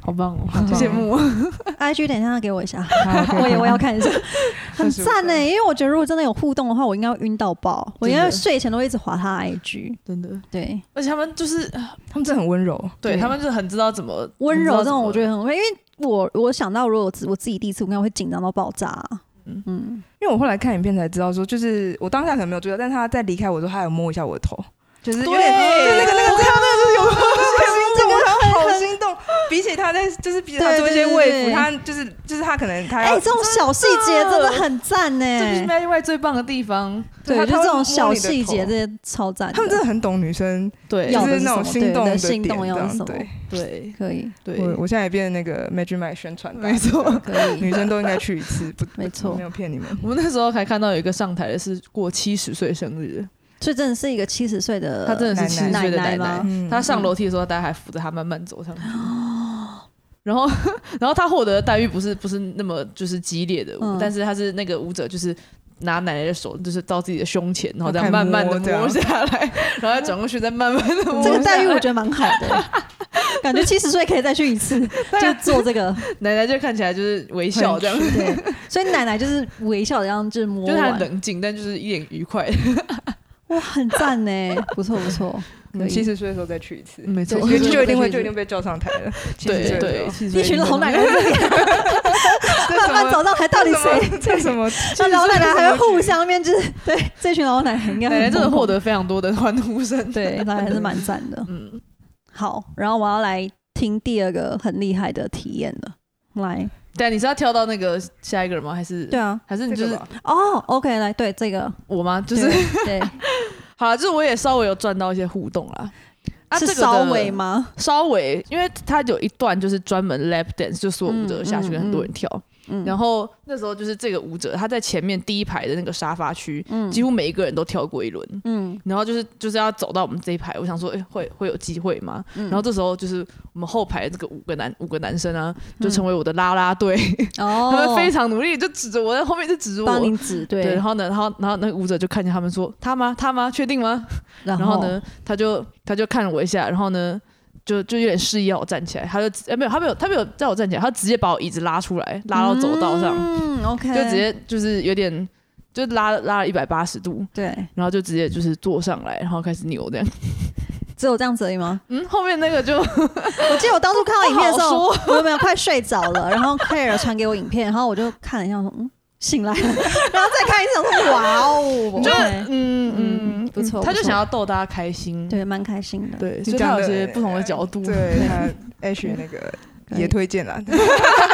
[SPEAKER 2] 好棒哦，
[SPEAKER 1] 好羡 慕。
[SPEAKER 3] IG 等一下给我一下，
[SPEAKER 2] 好
[SPEAKER 3] 我也我也要看一下，很
[SPEAKER 1] 25
[SPEAKER 3] 赞呢。因为我觉得如果真的有互动的话，我应该会晕到爆，我应
[SPEAKER 2] 真
[SPEAKER 3] 该
[SPEAKER 2] 的
[SPEAKER 3] 睡前都会一直划他 IG。
[SPEAKER 2] 真的，
[SPEAKER 3] 对，
[SPEAKER 2] 而且他们就是
[SPEAKER 1] 他们真的很温柔，
[SPEAKER 2] 对
[SPEAKER 3] 对
[SPEAKER 2] 他们就是很知道怎么
[SPEAKER 3] 温柔这种我觉
[SPEAKER 2] 得
[SPEAKER 3] 得很会，因为我我想到如果我自我自己第一次，我应该会紧张到爆炸啊。
[SPEAKER 2] 嗯
[SPEAKER 3] 嗯，
[SPEAKER 1] 因为我后来看影片才知道说，就是我当下可能没有注意到，但是他在离开我之后，他有摸一下我的头，就是有点
[SPEAKER 2] 对
[SPEAKER 1] 对那个那个，他那个就是有多心动，我想
[SPEAKER 3] 很
[SPEAKER 1] 好心动。比起他在就是比起他
[SPEAKER 3] 对
[SPEAKER 1] 做一些
[SPEAKER 3] 对对
[SPEAKER 1] 慰
[SPEAKER 3] 对
[SPEAKER 1] 服，他就是就是他可能他
[SPEAKER 3] 哎，
[SPEAKER 1] 要
[SPEAKER 3] 这种小细节真的很赞呢。
[SPEAKER 2] 这就是 Magic Mike 最棒的地方，
[SPEAKER 1] 对他
[SPEAKER 3] 对，就
[SPEAKER 1] 他会
[SPEAKER 3] 这种
[SPEAKER 1] 摸
[SPEAKER 3] 小
[SPEAKER 1] 你的
[SPEAKER 3] 细节，
[SPEAKER 1] 头
[SPEAKER 3] 这些超赞的。
[SPEAKER 1] 他们真的很懂女生，
[SPEAKER 2] 对
[SPEAKER 1] 就
[SPEAKER 3] 要的
[SPEAKER 1] 那种
[SPEAKER 3] 是什么
[SPEAKER 1] 心动
[SPEAKER 3] 对
[SPEAKER 1] 的
[SPEAKER 3] 对心
[SPEAKER 1] 点
[SPEAKER 3] 动要
[SPEAKER 1] 这
[SPEAKER 3] 的
[SPEAKER 1] 样
[SPEAKER 3] 是什么
[SPEAKER 1] 对，
[SPEAKER 2] 对
[SPEAKER 3] 可以，
[SPEAKER 1] 我
[SPEAKER 2] 对，
[SPEAKER 1] 我现在也变那个 Magic Mike 宣传大使了，
[SPEAKER 3] 可 以
[SPEAKER 1] 女。生都应该去一次，不
[SPEAKER 3] 没错
[SPEAKER 1] 没有骗你们。
[SPEAKER 2] 我们那时候还看到有一个上台的是过七十岁生日，
[SPEAKER 3] 所以真的是一个七十岁的，
[SPEAKER 2] 她真的是七十岁的
[SPEAKER 3] 奶
[SPEAKER 2] 奶
[SPEAKER 3] 奶吗
[SPEAKER 1] 嗯
[SPEAKER 2] 她上楼梯的时候，大家还扶着她慢慢走上去。 然后， 然后她获得的待遇不是不是那么就是激烈的，
[SPEAKER 3] 嗯
[SPEAKER 2] 但是她是那个舞者就是。拿奶奶的手，就是到自己的胸前，然后再
[SPEAKER 1] 开始
[SPEAKER 2] 慢慢的
[SPEAKER 1] 摸这样
[SPEAKER 2] 摸下来，然后再转过去，再慢慢的摸。
[SPEAKER 3] 这个待遇我觉得蛮好 的，感觉七十岁可以再去一次，
[SPEAKER 2] 啊
[SPEAKER 3] 就做这个。
[SPEAKER 2] 奶奶就看起来就是微笑这样，
[SPEAKER 3] 对，所以奶奶就是微笑的样子，就是摸
[SPEAKER 2] 就是她
[SPEAKER 3] 完
[SPEAKER 2] 很，冷静，但就是一脸愉快。
[SPEAKER 3] 哇，很赞呢，不错不错，可
[SPEAKER 1] 嗯七
[SPEAKER 3] 以。
[SPEAKER 1] 十岁的时候再去一次，
[SPEAKER 2] 没错
[SPEAKER 1] 因为
[SPEAKER 3] 70
[SPEAKER 1] 就一定会
[SPEAKER 3] 对
[SPEAKER 1] 就一定被叫上台了。70
[SPEAKER 2] 对
[SPEAKER 1] 岁的时
[SPEAKER 2] 对
[SPEAKER 1] 候，
[SPEAKER 3] 一群老奶奶
[SPEAKER 1] 这
[SPEAKER 3] 慢
[SPEAKER 1] 什
[SPEAKER 3] 慢
[SPEAKER 1] 么
[SPEAKER 3] 走上台，到底谁？
[SPEAKER 1] 这什 么？
[SPEAKER 3] 那老奶奶还会互相面，就是对这群老奶奶应该
[SPEAKER 2] 奶奶
[SPEAKER 3] 很
[SPEAKER 2] 真的
[SPEAKER 3] 疯
[SPEAKER 2] 获
[SPEAKER 3] 狂
[SPEAKER 2] 得非常多的欢呼声。
[SPEAKER 3] 对，那还是蛮赞 的。
[SPEAKER 2] 嗯，
[SPEAKER 3] 好，然后我要来听第二个很厉害的体验了。来，
[SPEAKER 2] 啊但你是要跳到那个下一个人吗？还是
[SPEAKER 3] 对啊，
[SPEAKER 2] 还是你
[SPEAKER 1] 这个
[SPEAKER 2] 就是
[SPEAKER 1] 吧
[SPEAKER 3] 哦，OK，来，对这个，
[SPEAKER 2] 我吗？就是
[SPEAKER 3] 对，
[SPEAKER 2] 好啊啦，就是我也稍微有赚到一些互动啦。 啊，
[SPEAKER 3] 是
[SPEAKER 2] 这个
[SPEAKER 3] 稍
[SPEAKER 2] 的
[SPEAKER 3] 微吗？
[SPEAKER 2] 稍微，因为它有一段就是专门 lap dance，就所有舞者下去跟很多人跳。
[SPEAKER 3] 嗯，
[SPEAKER 2] 然后那时候就是这个舞者他在前面第一排的那个沙发区，
[SPEAKER 3] 嗯
[SPEAKER 2] 几乎每一个人都跳过一轮。
[SPEAKER 3] 嗯
[SPEAKER 2] 然后就是就是要走到我们这一排，我想说，哎、会会有机会吗？
[SPEAKER 3] 嗯
[SPEAKER 2] 然后这时候就是我们后排这个五个男五个男生啊，就成为我的啦啦队，
[SPEAKER 3] 嗯哦，
[SPEAKER 2] 他们非常努力，就指着我在后面就指着
[SPEAKER 3] 帮
[SPEAKER 2] 我。
[SPEAKER 3] 您指
[SPEAKER 2] 对，
[SPEAKER 3] 对
[SPEAKER 2] 然，后呢，然后然后那个舞者就看见他们说他吗？他吗？确定吗？
[SPEAKER 3] 然
[SPEAKER 2] 然后，呢，他就他就看了我一下，然后呢，就就有点示意要我站起来，他就直哎没有，他没有他没有叫我站起来，他直接把我椅子拉出来，拉到走道上，
[SPEAKER 3] 嗯，OK，
[SPEAKER 2] 就直接就是有点就拉拉了一百八十度，
[SPEAKER 3] 对，
[SPEAKER 2] 然后就直接就是坐上来，然后开始扭这样。
[SPEAKER 3] 只有这样子而已吗？
[SPEAKER 2] 嗯，后面那个就
[SPEAKER 3] 我记得我当初看到影片的时候
[SPEAKER 2] 不，
[SPEAKER 3] 我有没有快睡着了？然后 Claire 传给我影片，然后我就看了一下，说嗯，醒来了， 然后再看一下，说哇哦，
[SPEAKER 2] 就
[SPEAKER 3] OK
[SPEAKER 2] 嗯
[SPEAKER 3] 嗯
[SPEAKER 2] 嗯
[SPEAKER 3] 不错
[SPEAKER 2] 他
[SPEAKER 3] 不
[SPEAKER 2] 就
[SPEAKER 3] 错
[SPEAKER 2] 想要逗大家开心，
[SPEAKER 3] 对，蛮开心的。
[SPEAKER 2] 对，
[SPEAKER 1] 你
[SPEAKER 2] 所以他
[SPEAKER 1] 讲
[SPEAKER 2] 有
[SPEAKER 1] 的
[SPEAKER 2] 些不同的角 度，
[SPEAKER 1] 对， 他 H 那个
[SPEAKER 3] 可以
[SPEAKER 1] 也推荐啦，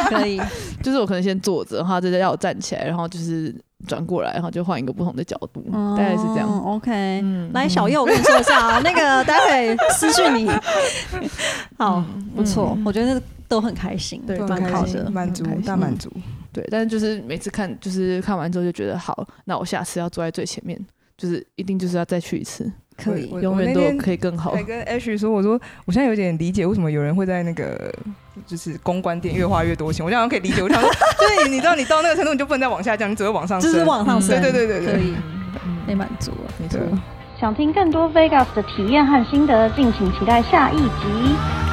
[SPEAKER 3] 可以，
[SPEAKER 2] 就是我可能先坐着，然后他就要我站起来，然后就是转过来，然后就换一个不同的角度，
[SPEAKER 3] 嗯
[SPEAKER 2] 大概是这样。
[SPEAKER 3] OK，
[SPEAKER 2] 嗯，
[SPEAKER 3] 来，小右，我跟你说一下 啊，那个待会私讯你。
[SPEAKER 2] 嗯
[SPEAKER 3] 好，不错，我觉得都很开心，
[SPEAKER 2] 对
[SPEAKER 1] 都
[SPEAKER 3] 蛮
[SPEAKER 1] 很
[SPEAKER 3] 好
[SPEAKER 1] 开心
[SPEAKER 3] 的。
[SPEAKER 1] 满足
[SPEAKER 2] 蛮开心
[SPEAKER 1] 大满足。
[SPEAKER 2] 对，但是就是每次看，就是看完之后就觉得好，那我下次要坐在最前面，就是一定就是要再去一次，
[SPEAKER 3] 可以
[SPEAKER 1] 我
[SPEAKER 2] 永远
[SPEAKER 1] 我那天
[SPEAKER 2] 都可以更好
[SPEAKER 1] 还。跟 H 说，我说我现在有点理解为什么有人会在那个就是公关店越花越多钱，我这样可以理解。我想说， 就是你知道你到那个程度你就不能再往下降，你只会往上
[SPEAKER 3] 就
[SPEAKER 1] 升。
[SPEAKER 3] 是往上升，
[SPEAKER 1] 对对对对
[SPEAKER 3] 可
[SPEAKER 1] 对，
[SPEAKER 3] 以
[SPEAKER 2] 嗯
[SPEAKER 3] 被满足了。
[SPEAKER 1] 没错。
[SPEAKER 5] 想听更多 Vegas 的体验和心得，敬请期待下一集。